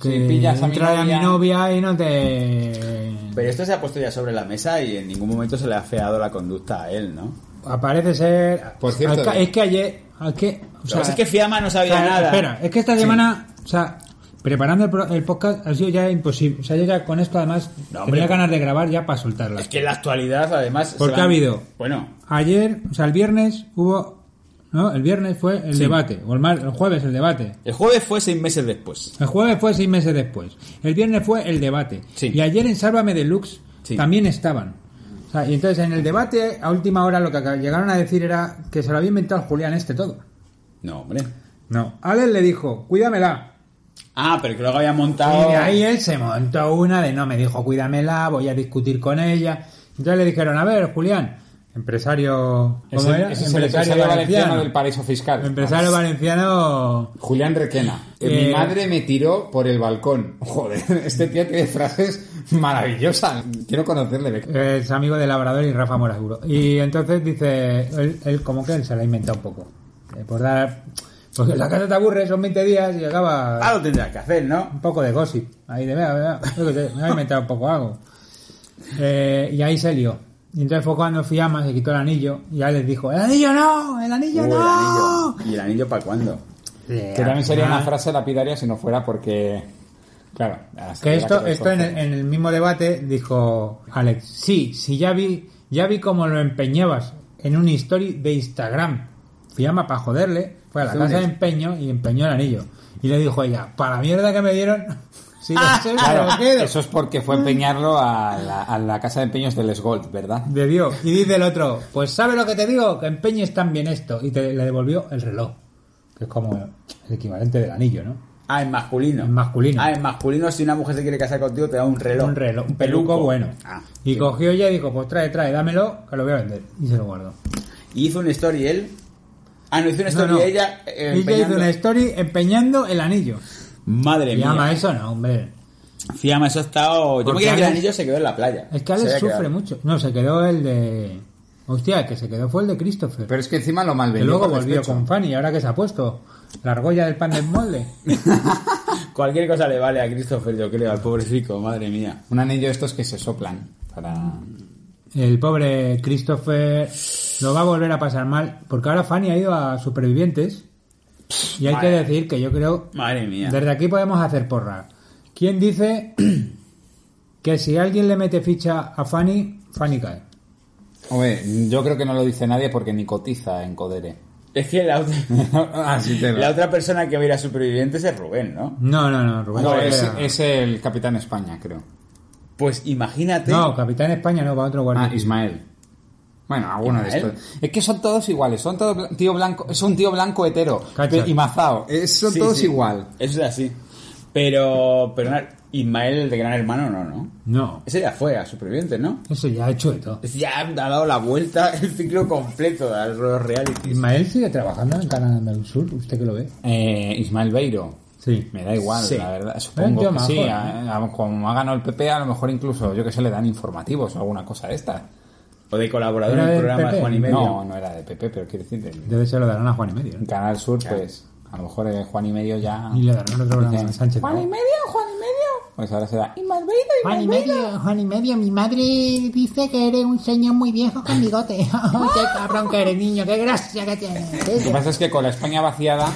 B: Si
D: Mm, Que
B: pillas a mi
D: entra
B: novia...
D: mi novia y no te...
C: Pero esto se ha puesto ya sobre la mesa y en ningún momento se le ha feado la conducta a él, ¿no?
D: Aparece ser...
B: Por cierto,
D: es que,
B: eh.
D: es que ayer... es que, o sea,
C: Lo que pasa es que Fiamma no sabía
D: o sea,
C: nada.
D: Espera, es que esta semana, o sea, preparando el, pro- el podcast ha sido ya imposible. O sea, yo ya con esto además
C: No, hombre.
D: tenía ganas de grabar ya para soltarla.
C: Es que en la actualidad, además. se
D: Porque
C: van-
D: ha habido-
C: Bueno,
D: Ayer, o sea, el viernes hubo... ¿No? El viernes fue el debate, o el, mar- el jueves el debate.
C: el jueves fue seis meses después.
D: El jueves fue seis meses después. El viernes fue el debate.
C: Sí.
D: Y ayer en Sálvame Deluxe
C: Sí.
D: también estaban. O sea, y entonces en el debate, a última hora, lo que acá- llegaron a decir era que se lo había inventado Julián este todo.
C: No, hombre.
D: No. Alex le dijo, cuídamela.
C: Ah, pero que luego había
D: Y
C: montado.
D: de ahí ¿eh? él se montó una de no, me dijo, cuídamela, voy a discutir con ella. Entonces le dijeron, a ver, Julián, Empresario. ¿Cómo
B: Ese-
D: era?
B: ese es el empresario valenciano del paraíso fiscal.
D: Empresario valenciano.
B: Julián Requena. Eh,
D: Eh,
B: Mi madre me tiró por el balcón. Joder, este tío tiene frases maravillosas. Quiero conocerle. Beca.
D: Es amigo de Labrador y Rafa Morasuro. Y entonces dice, él, él como que él se la ha inventado un poco. Eh, por dar. Porque la casa te aburre, son 20 días y acaba.
C: Ah, lo tendrás que hacer, ¿no?
D: un poco de gossip. Ahí de vea, vea, yo qué sé, me ha inventado un poco algo. Eh, y ahí se lió. Y entonces fue cuando Fiamma se quitó el anillo y ya les dijo, ¡el anillo no! ¡El anillo
C: Uh, el
D: no!
C: anillo. ¿Y el anillo para cuándo?
D: Eh,
B: Que también sería
D: al
B: una
D: final-
B: frase lapidaria si no fuera porque... Claro. así
D: Que
B: era
D: esto,
B: todo
D: esto en, el,
B: fue.
D: en el mismo debate dijo Alex, sí, sí, ya vi, ya vi cómo lo empeñabas en un story de Instagram. Fiamma para joderle, fue a la
C: Sí,
D: casa de
C: sí.
D: empeño y empeñó el anillo. Y le dijo ella, para la mierda que me dieron, sí, lo sé,
B: Claro,
D: me lo quedo".
B: eso es porque fue empeñarlo a la, a la casa de empeños del Gold, ¿verdad?
D: Bebió. Y dice el otro, pues sabe lo que te digo, que empeñes también esto. Y te, le devolvió el reloj, que es como el equivalente del anillo, ¿no?
C: Ah, en masculino.
D: En masculino.
C: Ah, en masculino, si una mujer se quiere casar contigo, te da un reloj.
D: Un reloj, un peluco bueno.
C: Ah,
D: y
C: sí.
D: cogió ella y dijo, pues trae, trae, dámelo, que lo voy a vender. Y se lo guardó.
C: Y hizo una story él. Ah, no, hizo una
D: No,
C: story
D: no.
C: ella. eh,
D: Ella hizo
C: empeñando-
D: una story empeñando el anillo.
C: Madre mía.
D: Llama eso, no, hombre.
C: Fiamma, eso ha estado. Yo me
D: Porque
C: creía que el
D: Alex-
C: anillo se quedó en la playa.
D: Es que
C: Se
D: Alex
C: había
D: sufre
C: quedado.
D: mucho. No, se quedó el de... Hostia, el que se quedó fue el de Christopher.
B: Pero es que encima lo mal
D: que luego volvió con Fanny. ¿Y ahora que se ha puesto? La argolla del pan del molde.
C: Cualquier cosa le vale a Christopher, yo creo, al pobrecito, madre mía.
B: Un anillo de estos que se soplan para...
D: El pobre Christopher lo va a volver a pasar mal, porque ahora Fanny ha ido a Supervivientes. Y hay que
C: Madre.
D: decir que yo creo.
C: Madre mía.
D: Desde aquí podemos hacer porra. ¿Quién dice que si alguien le mete ficha a Fanny, Fanny cae?
B: Hombre, yo creo que no lo dice nadie porque ni cotiza en Codere.
C: Es que la otra,
B: Así te
C: la otra persona que va a ir a supervivientes es Rubén, ¿no?
D: No, no, no, Rubén.
B: No, es,
D: Correa.
B: es el Capitán España, creo.
C: Pues imagínate.
D: No, Capitán España no, va otro guardia.
B: Ah, Ismael. Bueno, alguno de
C: ¿Ismael?
B: estos. Es que son todos iguales, son todos blan- tío blanco, es un tío blanco hetero
D: Cacha.
B: pe- y mazao. Eh, Son
C: Sí,
B: todos
C: sí.
B: igual.
C: Eso es así. Pero, pero na- Ismael, el de Gran Hermano, no, ¿no?
D: No,
C: Ese ya fue a supervivientes, ¿no?
D: eso ya ha hecho de todo.
C: Ese Ya ha dado la vuelta, el ciclo completo a los realities.
D: Ismael sigue trabajando en Canal del Sur, usted que lo ve.
B: Eh, Ismael Beiro.
D: Sí.
B: Me da igual,
C: Sí.
B: la verdad.
D: un tío
B: Supongo que
D: majo,
B: sí.
D: ¿no?
B: a- a- como ha ganado el PP, a lo mejor incluso, yo que sé, le dan informativos o alguna cosa de estas.
C: O de colaborador
D: ¿Era
C: en el
D: del
C: programa
D: PP?
C: Juan y Medio.
B: No, no era de PP, pero quiero decir, del-
D: Debe ser lo darán a Juan y medio.
B: en
D: ¿no?
B: Canal Sur, pues, a lo mejor eh, Juan y medio ya.
D: Y le darán otro programa a
B: Dicen,
D: Sánchez.
B: Juan y
D: ¿no?
B: medio, Juan y medio. Pues ahora será Ismael Beiro,
G: Juan y medio, Juan y medio, mi madre dice que eres un señor muy viejo con bigote. Oh, qué cabrón que eres, niño, qué gracia que tienes.
B: Lo que pasa es que con la España vaciada,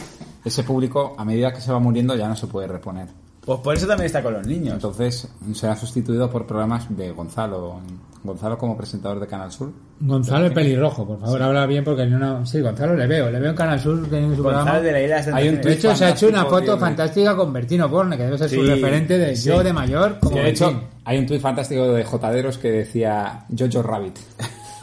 B: ese público, a medida que se va muriendo, ya no se puede reponer.
C: Pues por eso también está con los niños.
B: Entonces, será sustituido por programas de Gonzalo. Gonzalo como presentador de Canal Sur.
D: Gonzalo el pelirrojo, por favor, habla bien porque no, no- Sí, Gonzalo le veo, le veo en Canal Sur que en su programa.
C: González de la Isla de Santa
B: Hay un
D: De
C: Teresa.
D: hecho, se ha hecho una
B: Fantástico,
D: foto
B: tío,
D: fantástica con Bertino Borne, que debe ser su
C: Sí,
D: referente de
C: sí.
D: yo de mayor. Como
B: Que, de
D: Bertín.
B: hecho, hay un tuit fantástico de Jotaderos que decía Jojo Rabbit.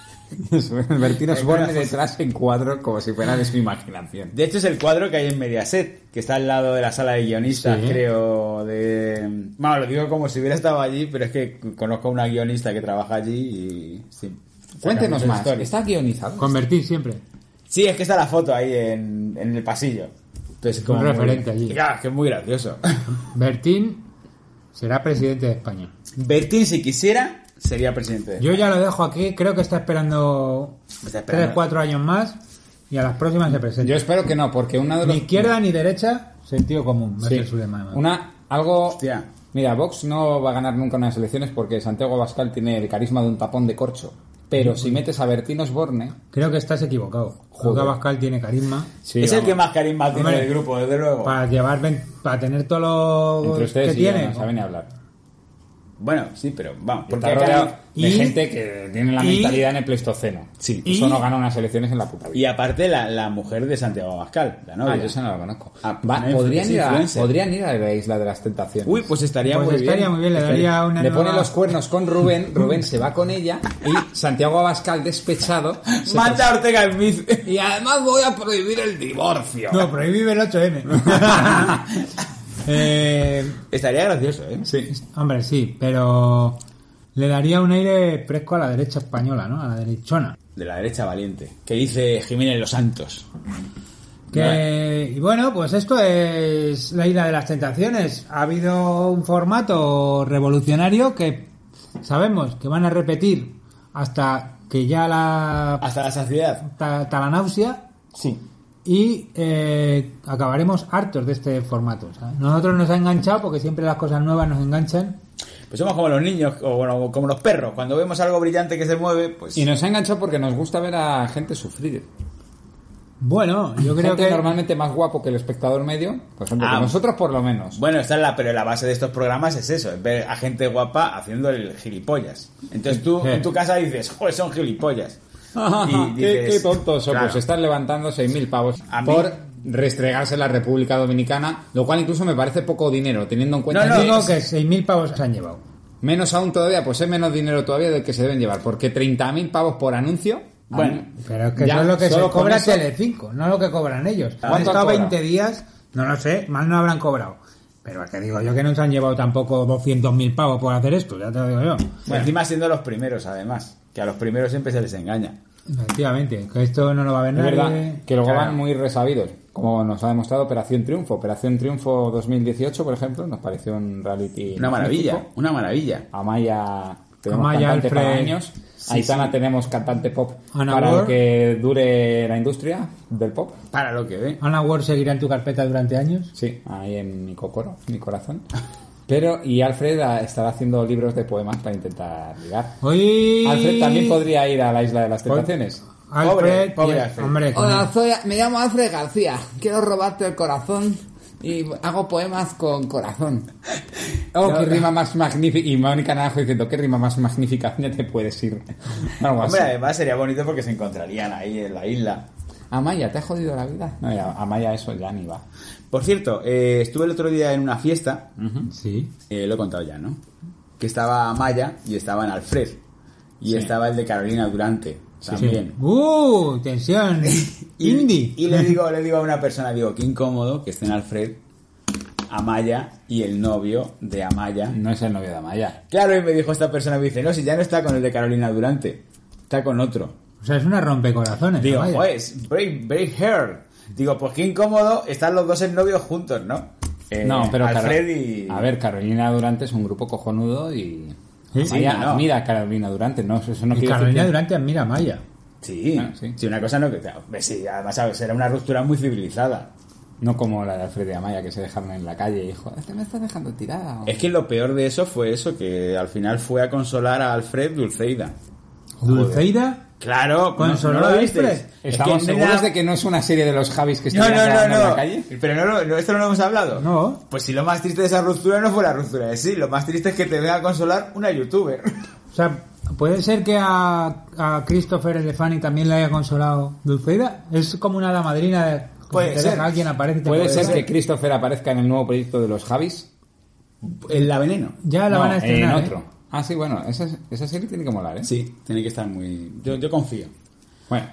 B: Bertino Osborne detrás en cuadro como si fuera de su imaginación.
C: De hecho, es el cuadro que hay en Mediaset, que está al lado de la sala de guionistas,
D: Sí.
C: creo. De... Bueno, lo digo como si hubiera estado allí, pero es que conozco a una guionista que trabaja allí y. Sí, saca
B: Cuéntenos
C: muchas
B: más.
C: historias.
B: ¿Está guionizado?
D: con Bertín siempre.
C: Sí, es que está la foto ahí en, en el pasillo. Entonces, es
D: Un
C: como muy-
D: referente allí.
C: Claro, es que es muy gracioso.
D: Bertín será presidente de España.
C: Bertín, si quisiera, sería presidente.
D: Yo ya lo dejo aquí, creo que está esperando
C: Está esperando.
D: 3, 4 años más y a las próximas se
B: Yo
D: presenta.
B: espero que no, porque una de los...
D: Ni izquierda ni derecha, sentido común. va a
B: Sí.
D: ser su lema, además.
B: Una, algo...
C: Hostia.
B: Mira, Vox no va a ganar nunca unas elecciones porque Santiago Abascal tiene el carisma de un tapón de corcho. Pero si metes a Bertín Osborne...
D: Creo que estás equivocado. Juan
B: Joder.
D: Abascal tiene carisma.
C: es el que más carisma tiene
D: Hombre.
C: del grupo, desde luego.
D: Para llevar, ven- para tener todos los
B: Entre
D: que
B: ustedes y yo
D: tiene.
B: no saben ni hablar.
C: Bueno, sí, pero vamos.
B: Porque
C: Porque acá-
B: de
D: y-
B: gente que tiene la
D: y-
B: mentalidad en el Pleistoceno.
C: Sí.
B: Eso
D: Y-
B: no gana unas elecciones en la puta vida.
C: Y aparte, la, la mujer de Santiago Abascal, la novia.
B: Ah, yo esa no la conozco.
C: Ah,
B: Va,
C: una influ-
B: podrían,
C: es
B: ir a,
C: influencer.
B: podrían ir a la isla de las tentaciones.
C: Uy, pues estaría
D: Pues
C: muy
D: estaría
C: bien.
D: muy bien, le daría una
B: Le
D: nueva-
B: pone los cuernos con Rubén, Rubén se va con ella y Santiago Abascal despechado se
C: Manda a Ortega Smith.
B: presenta- Y además voy a prohibir el divorcio.
D: No, prohíbe el 8M. eh,
C: Estaría gracioso, ¿eh?
B: Sí.
D: hombre, sí, pero le daría un aire fresco a la derecha española, ¿no? A la derechona.
C: de la derecha valiente, que dice Jiménez Los Santos.
D: Que, y bueno, pues esto es la isla de las tentaciones. Ha habido un formato revolucionario que sabemos que van a repetir hasta que ya la.
C: Hasta la saciedad.
D: hasta- hasta la náusea.
H: Sí.
D: Y eh, acabaremos hartos de este formato. ¿sabes? Nosotros nos ha enganchado porque siempre las cosas nuevas nos enganchan.
C: Pues somos como los niños, o bueno, como los perros. Cuando vemos algo brillante que se mueve, pues...
B: Y nos ha enganchado porque nos gusta ver a gente sufrir.
D: Bueno, yo creo
B: gente
D: que.
B: normalmente más guapo que el espectador medio, por ejemplo,
C: Ah.
B: que nosotros por lo menos.
C: Bueno, esta es la, pero la base de estos programas es eso, es ver a gente guapa haciendo el gilipollas. Entonces tú
D: Sí.
C: en tu casa dices, joder, son gilipollas.
B: Ah, qué, qué tontos son,
C: claro.
B: pues están levantando 6.000 pavos
C: A mí-
B: por restregarse la República Dominicana, lo cual incluso me parece poco dinero, teniendo en cuenta
C: No, no,
B: que
D: Digo que 6.000 pavos se han llevado.
B: menos aún todavía, pues es menos dinero todavía del que se deben llevar, porque 30.000 pavos por anuncio,
C: Bueno,
D: Pero es que
B: Ya,
D: eso es lo que se
B: solo con
D: cobra
B: eso-
D: Telecinco, no lo que cobran ellos.
B: ¿Cuánto
D: Han estado
B: cobra?
D: 20 días, no lo sé, más no habrán cobrado. Pero es que digo yo que no se han llevado tampoco 200.000 pavos por hacer esto, ya te lo digo yo.
C: encima siendo los primeros, además, que a los primeros siempre se les engaña.
D: Efectivamente, que esto no lo va a ver
B: es
D: nadie.
B: verdad que luego
D: Claro.
B: van muy resabidos, como nos ha demostrado Operación Triunfo. Operación Triunfo 2018, por ejemplo, nos pareció un reality
C: Una maravilla,
B: magnífico.
C: una maravilla.
B: Amaya tenemos
D: Amaya,
B: cantante
D: Alfred.
B: para años.
D: Sí,
B: Aitana
D: sí.
B: tenemos cantante pop
D: Ana
B: para
D: Bor.
B: lo que dure la industria del pop.
C: Para lo que ve.
D: Ana Ward seguirá en tu carpeta durante años.
B: Sí, ahí en mi cocoro, mi corazón. Pero, y Alfred ah, estará haciendo libros de poemas para intentar ligar.
D: Hoy.
B: Alfred también podría ir a la isla de las tentaciones.
D: Alfred,
C: Pobre, pobre
D: tío,
C: Alfred.
D: Hombre,
H: Hola,
D: como-
H: soy, me llamo Alfred García. Quiero robarte el corazón y hago poemas con corazón.
B: Oh, qué rima más magnífica. Y Mónica Naranjo diciendo, qué rima más magnífica, ¿dónde te puedes ir? pues, Algo así.
C: Hombre, además sería bonito porque se encontrarían ahí en la isla.
B: Amaya, ¿te ha jodido la vida? No, ya, Amaya eso ya ni va.
C: Por cierto, eh, estuve el otro día en una fiesta,
D: Sí.
C: eh, lo he contado ya, ¿no? Que estaba Maya y estaban Alfred. Y estaba el de Carolina Durante también.
D: ¡Uh! ¡Tensión!
C: Y,
D: ¡Indie!
C: y le digo, le digo a una persona, digo, qué incómodo que estén Alfred, Amaya y el novio de Amaya.
B: No es el novio de Amaya.
C: Claro, y me dijo esta persona, me dice, no, si ya no está con el de Carolina Durante, está con otro.
D: O sea, es una rompecorazones.
C: Digo,
D: vaya.
C: pues, break, break her. Digo, pues qué incómodo están los dos en novios juntos, ¿no? Eh,
B: no, pero Caro-
C: Alfred y...
B: A ver, Carolina Durante es un grupo cojonudo y...
D: Sí,
C: sí,
B: Amaya
C: no, no.
B: admira a Carolina Durante, no, eso no
D: Y
B: quiere decir
D: Carolina
B: que-
D: Durante admira a Maya.
C: Sí,
B: Ah, sí.
C: sí, una cosa no que... claro, Sí, además, ¿sabes? Era una ruptura muy civilizada.
B: No como la de Alfred y Amaya que se dejaron en la calle y joder,
H: Este me está dejando tirada. hombre.
C: Es que lo peor de eso fue eso, que al final fue a consolar a Alfred Dulceida.
D: Dulceida.
C: Claro,
D: ¿Consoló
C: no lo
D: a
C: visteis.
D: Alfred?
C: Es
B: Estamos
C: que
B: seguros
C: nena-
B: de que no es una serie de los Javis que
C: No,
B: están
C: no, no,
B: en
C: no.
B: la calle.
C: Pero no, lo- no, esto no lo hemos hablado.
D: No.
C: Pues si lo más triste de esa ruptura no fue la ruptura de sí, lo más triste es que te venga a consolar una youtuber.
D: O sea, ¿puede ser que a, a Christopher Elefani también le haya consolado Dulceida? Es como una hada madrina de... que
C: Puede
D: te
C: ser.
D: deja Alguien aparece y te
B: Puede ser que
D: joder.
B: Christopher aparezca en el nuevo proyecto de los Javis.
C: El la veneno.
D: Ya la
B: No,
D: van a estrenar,
B: En
D: ¿eh?
B: otro. Ah, sí, bueno, esa, esa serie tiene que molar, ¿eh?
C: Sí, tiene que estar muy. Yo, yo confío.
B: Bueno,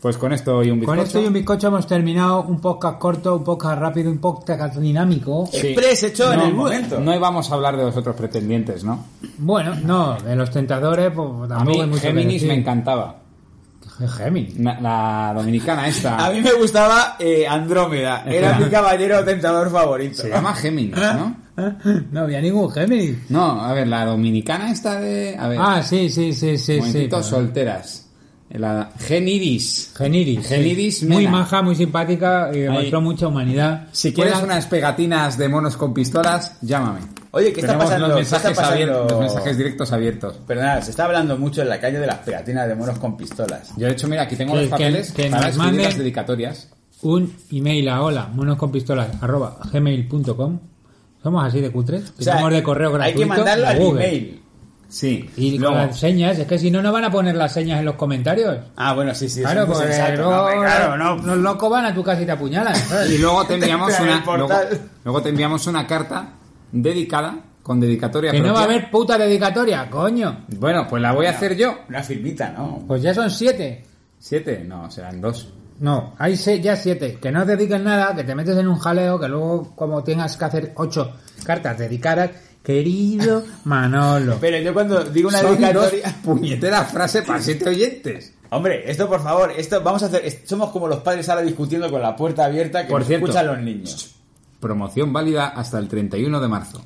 B: pues con esto y un bizcocho.
D: Con esto y un bizcocho hemos terminado un podcast corto, un podcast rápido, un podcast dinámico.
B: Sí.
C: Express hecho en
B: No,
C: el momento.
B: No íbamos a hablar de los otros pretendientes, ¿no?
D: Bueno, no, de los tentadores, pues
B: A
D: tampoco
B: mí
D: hay mucho que
B: Géminis
D: decir.
B: me encantaba.
D: Géminis.
B: Na- La, dominicana esta.
C: A mí me gustaba eh, Andrómeda. Era mi caballero tentador favorito.
B: Se llama Géminis, ¿no?
D: No había ningún Géminis.
B: No, a ver, la dominicana esta de... A ver,
D: Ah, sí, sí, sí, sí, sí.
B: momentito, solteras. La Geniris.
D: Geniris.
B: Geniris
D: sí.
B: Mena.
D: Muy maja, muy simpática y demostró
B: Ahí.
D: mucha humanidad.
B: Si quieres
D: Fuera-
B: unas pegatinas de monos con pistolas, llámame.
C: Oye, ¿qué está
B: Tenemos
C: pasando?
B: Los
C: ¿Qué está
B: mensajes,
C: pasando?
B: abiertos, los mensajes directos abiertos.
C: Perdona, se está hablando mucho en la calle de las pegatinas de monos con pistolas.
B: Yo, de hecho, mira, aquí tengo
D: Que-
B: los papeles
D: que- que
B: para
D: nos
B: escribir
D: manden-
B: las dedicatorias.
D: un email a hola monosconpistolas arroba gmail.com somos así de cutres
C: O sea,
D: somos de correo gratuito
C: Hay que mandarlo
D: a
C: al
D: Google.
C: email.
B: Sí.
D: y
C: Luego-
D: con las señas es que si no no van a poner las señas en los comentarios
C: Ah, bueno, sí, sí. es
D: claro
C: un
D: porque
C: desensato,
D: luego
C: no, hombre, claro, no.
D: los locos van a tu casa y te apuñalan ¿sabes?
B: Y luego te enviamos
C: Te pegan
B: una,
C: el
B: luego,
C: portal.
B: luego te enviamos una carta dedicada con dedicatoria.
D: que no va a
B: propia.
D: haber puta dedicatoria coño
B: Bueno, pues la voy a hacer yo.
C: Una filmita, ¿no?
D: pues ya son siete
B: Siete, no, serán dos.
D: no hay se- ya siete que no dediques nada que te metes en un jaleo que luego como tengas que hacer ocho cartas dedicadas querido Manolo
C: Pero yo cuando digo una
B: Son dos
C: dedicatoria...
B: puñetera frase para siete oyentes.
C: Hombre, esto por favor, esto vamos a hacer. es- Somos como los padres ahora discutiendo con la puerta abierta que
B: Por
C: nos
B: cierto.
C: escuchan los niños.
B: Promoción válida hasta el 31 de marzo.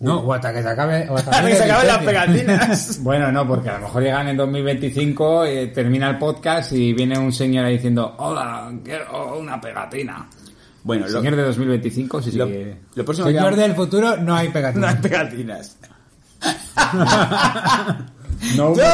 D: No, o hasta que se acabe. O hasta
C: Ahora que se acaban las pegatinas.
B: Bueno, no, porque a lo mejor llegan en 2025, eh, termina el podcast y viene un señor ahí diciendo, hola, quiero una pegatina.
C: bueno, lo,
B: señor de 2025, sí, eh. sí.
C: lo,
B: que-
C: lo próximo que
D: Señor
C: vamos-
D: del futuro, no hay
C: no hay
D: pegatinas.
C: pegatinas.
B: No,
C: Yo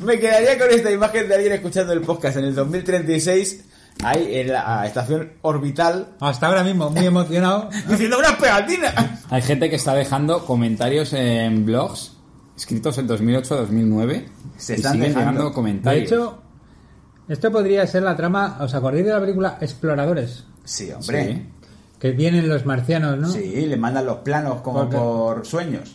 C: me quedaría con esta imagen de alguien escuchando el podcast en el 2036, ahí en la estación orbital,
D: Hasta ahora mismo, muy emocionado.
C: diciendo unas pegatinas.
B: Hay gente que está dejando comentarios en blogs escritos en 2008-2009.
C: Se
B: y
C: están
B: siguen
C: dejando.
B: llegando
D: De
B: comentarios.
D: hecho, esto podría ser la trama. ¿Os acordáis de la película Exploradores?
C: Sí,
B: Sí.
C: hombre.
D: Que vienen los marcianos, ¿no?
C: Sí, le mandan los planos como
D: ¿Por qué?
C: por sueños.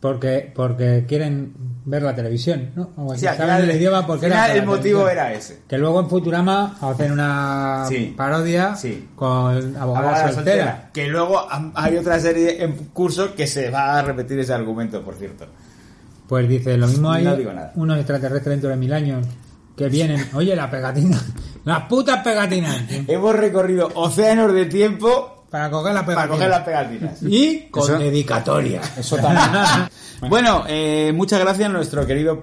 D: Porque, porque quieren ver la televisión, ¿no? O
C: Sí,
D: que
C: al
D: saben
C: final-
D: el idioma porque
C: al
D: era
C: final
D: para
C: el
D: la
C: motivo
D: televisión.
C: era ese.
D: Que luego en Futurama hacen una
C: Sí.
D: parodia
C: Sí.
D: con abogada,
C: Abogada
D: soltera.
C: soltera. Que luego ha- hay otra serie en curso que se va a repetir ese argumento, por cierto.
D: Pues dice, lo mismo hay
C: No digo nada.
D: unos extraterrestres dentro de mil años que vienen. Oye, la pegatina. Las putas pegatinas.
C: Hemos recorrido océanos de tiempo
D: Para coger las
C: para
D: pegatinas.
C: coger las pegatinas.
D: Y con
B: Eso-
D: dedicatoria.
B: Eso también.
C: Bueno, eh, muchas gracias a nuestro querido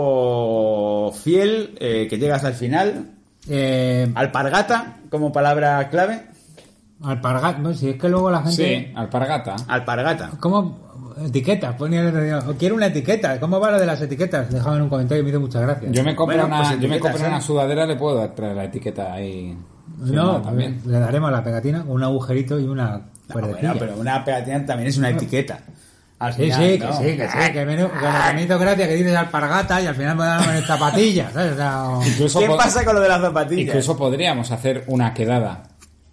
C: público fiel eh, que llega hasta el final.
D: Eh,
C: Alpargata, como palabra clave.
D: alpargat- no, si es que luego la gente...
B: sí, alpargata.
C: Alpargata.
D: ¿Cómo? Etiquetas, ponía el otro día. O Quiero una etiqueta. ¿Cómo va lo de las etiquetas? Dejadme en un comentario, me hizo muchas gracias.
B: Yo me compro,
C: Bueno,
B: una,
C: pues
B: yo me
C: etiquetas,
B: compré
C: ¿eh?
B: una sudadera, le puedo traer la etiqueta ahí. firmada
D: no,
B: también.
D: le daremos a la pegatina un agujerito y una
C: No,
D: cuerdecilla.
C: bueno, pero una pegatina también es una etiqueta. Al
D: Sí,
C: final,
D: sí, que
C: ¿no?
D: sí, que sí, que menos, que lo que me hizo gracia que dices alpargata y al final me dan con el zapatilla, ¿sabes? O sea, o-
B: Incluso,
C: ¿Qué
B: po-
C: pasa con lo de las zapatillas?
B: incluso podríamos hacer una quedada.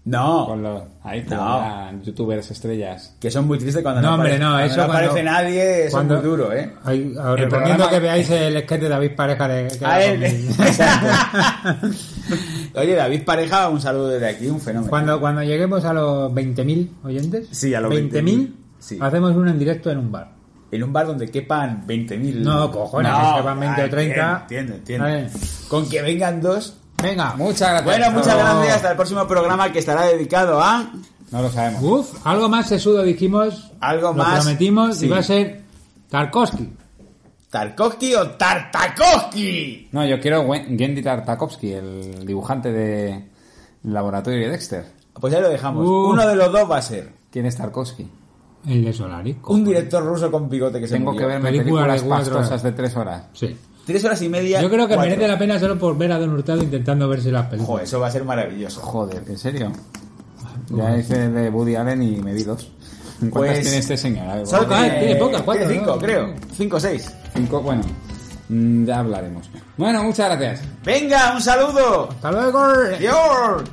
C: No.
B: Con los, ahí, con
C: No.
B: las youtubers estrellas.
C: Que son muy tristes cuando
D: No,
C: no,
D: hombre,
C: aparece,
D: no,
C: cuando
D: eso
C: no
D: cuando-
C: aparece nadie, eso
D: cuando-
C: es muy duro, ¿eh?
D: Ay, os
B: El
D: recomiendo
B: programa-
D: que veáis el sketch de David Pareja de que
C: A
D: era
C: él.
D: con-
C: Exacto. Oye, David Pareja, un saludo desde aquí, un fenómeno.
D: cuando, cuando lleguemos a los 20.000 oyentes,
C: Sí, a los
D: 20.000,
C: 20.000, sí.
D: hacemos uno en directo en un bar.
C: En un bar donde quepan 20.000.
D: No, cojones, que quepan 20 o
C: ay,
D: 30.
C: ah, Entiendo,
D: A
C: entiendo.
D: ver.
C: Con que vengan dos.
D: Venga,
B: Muchas gracias.
C: Bueno, muchas
D: luego.
C: gracias. Hasta el próximo programa que estará dedicado a
B: No lo sabemos.
D: uff, algo más sesudo dijimos,
C: Algo
D: lo
C: más,
D: prometimos
C: sí.
D: y va a ser Tarkovsky.
C: Tarkovsky o Tartakovsky.
B: No, yo quiero Wen- Gendy Tartakovsky, el dibujante de Laboratorio de Dexter.
C: Pues ahí lo dejamos.
D: Uh.
C: Uno de los dos va a ser
B: ¿Quién es Tarkovsky?
D: El de Solari.
C: un director ruso con bigote que se
B: Tengo
C: murió.
B: que verme
D: Película de
B: películas
D: cuatro
B: pastosas
D: horas.
B: de tres horas.
D: Sí.
C: Tres horas y media.
D: Yo creo que
C: cuatro.
D: merece la pena solo por ver a Don Hurtado intentando verse las películas.
C: Ojo, eso va a ser maravilloso.
B: Joder, ¿en serio? Ya hice de Woody Allen y me vi dos. ¿Cuántas
C: Pues-
B: tiene este señor? A ver,
C: Solo
D: Ah, tiene pocas, cuatro,
C: tiene cinco,
D: ¿no?
C: creo. Cinco o seis.
B: cinco, bueno, mm, ya hablaremos. Bueno, muchas gracias.
C: Venga, un saludo.
D: Hasta luego.
C: Dior.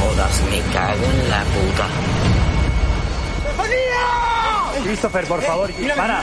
I: todas, me cago en la puta.
F: Christopher, por favor, para.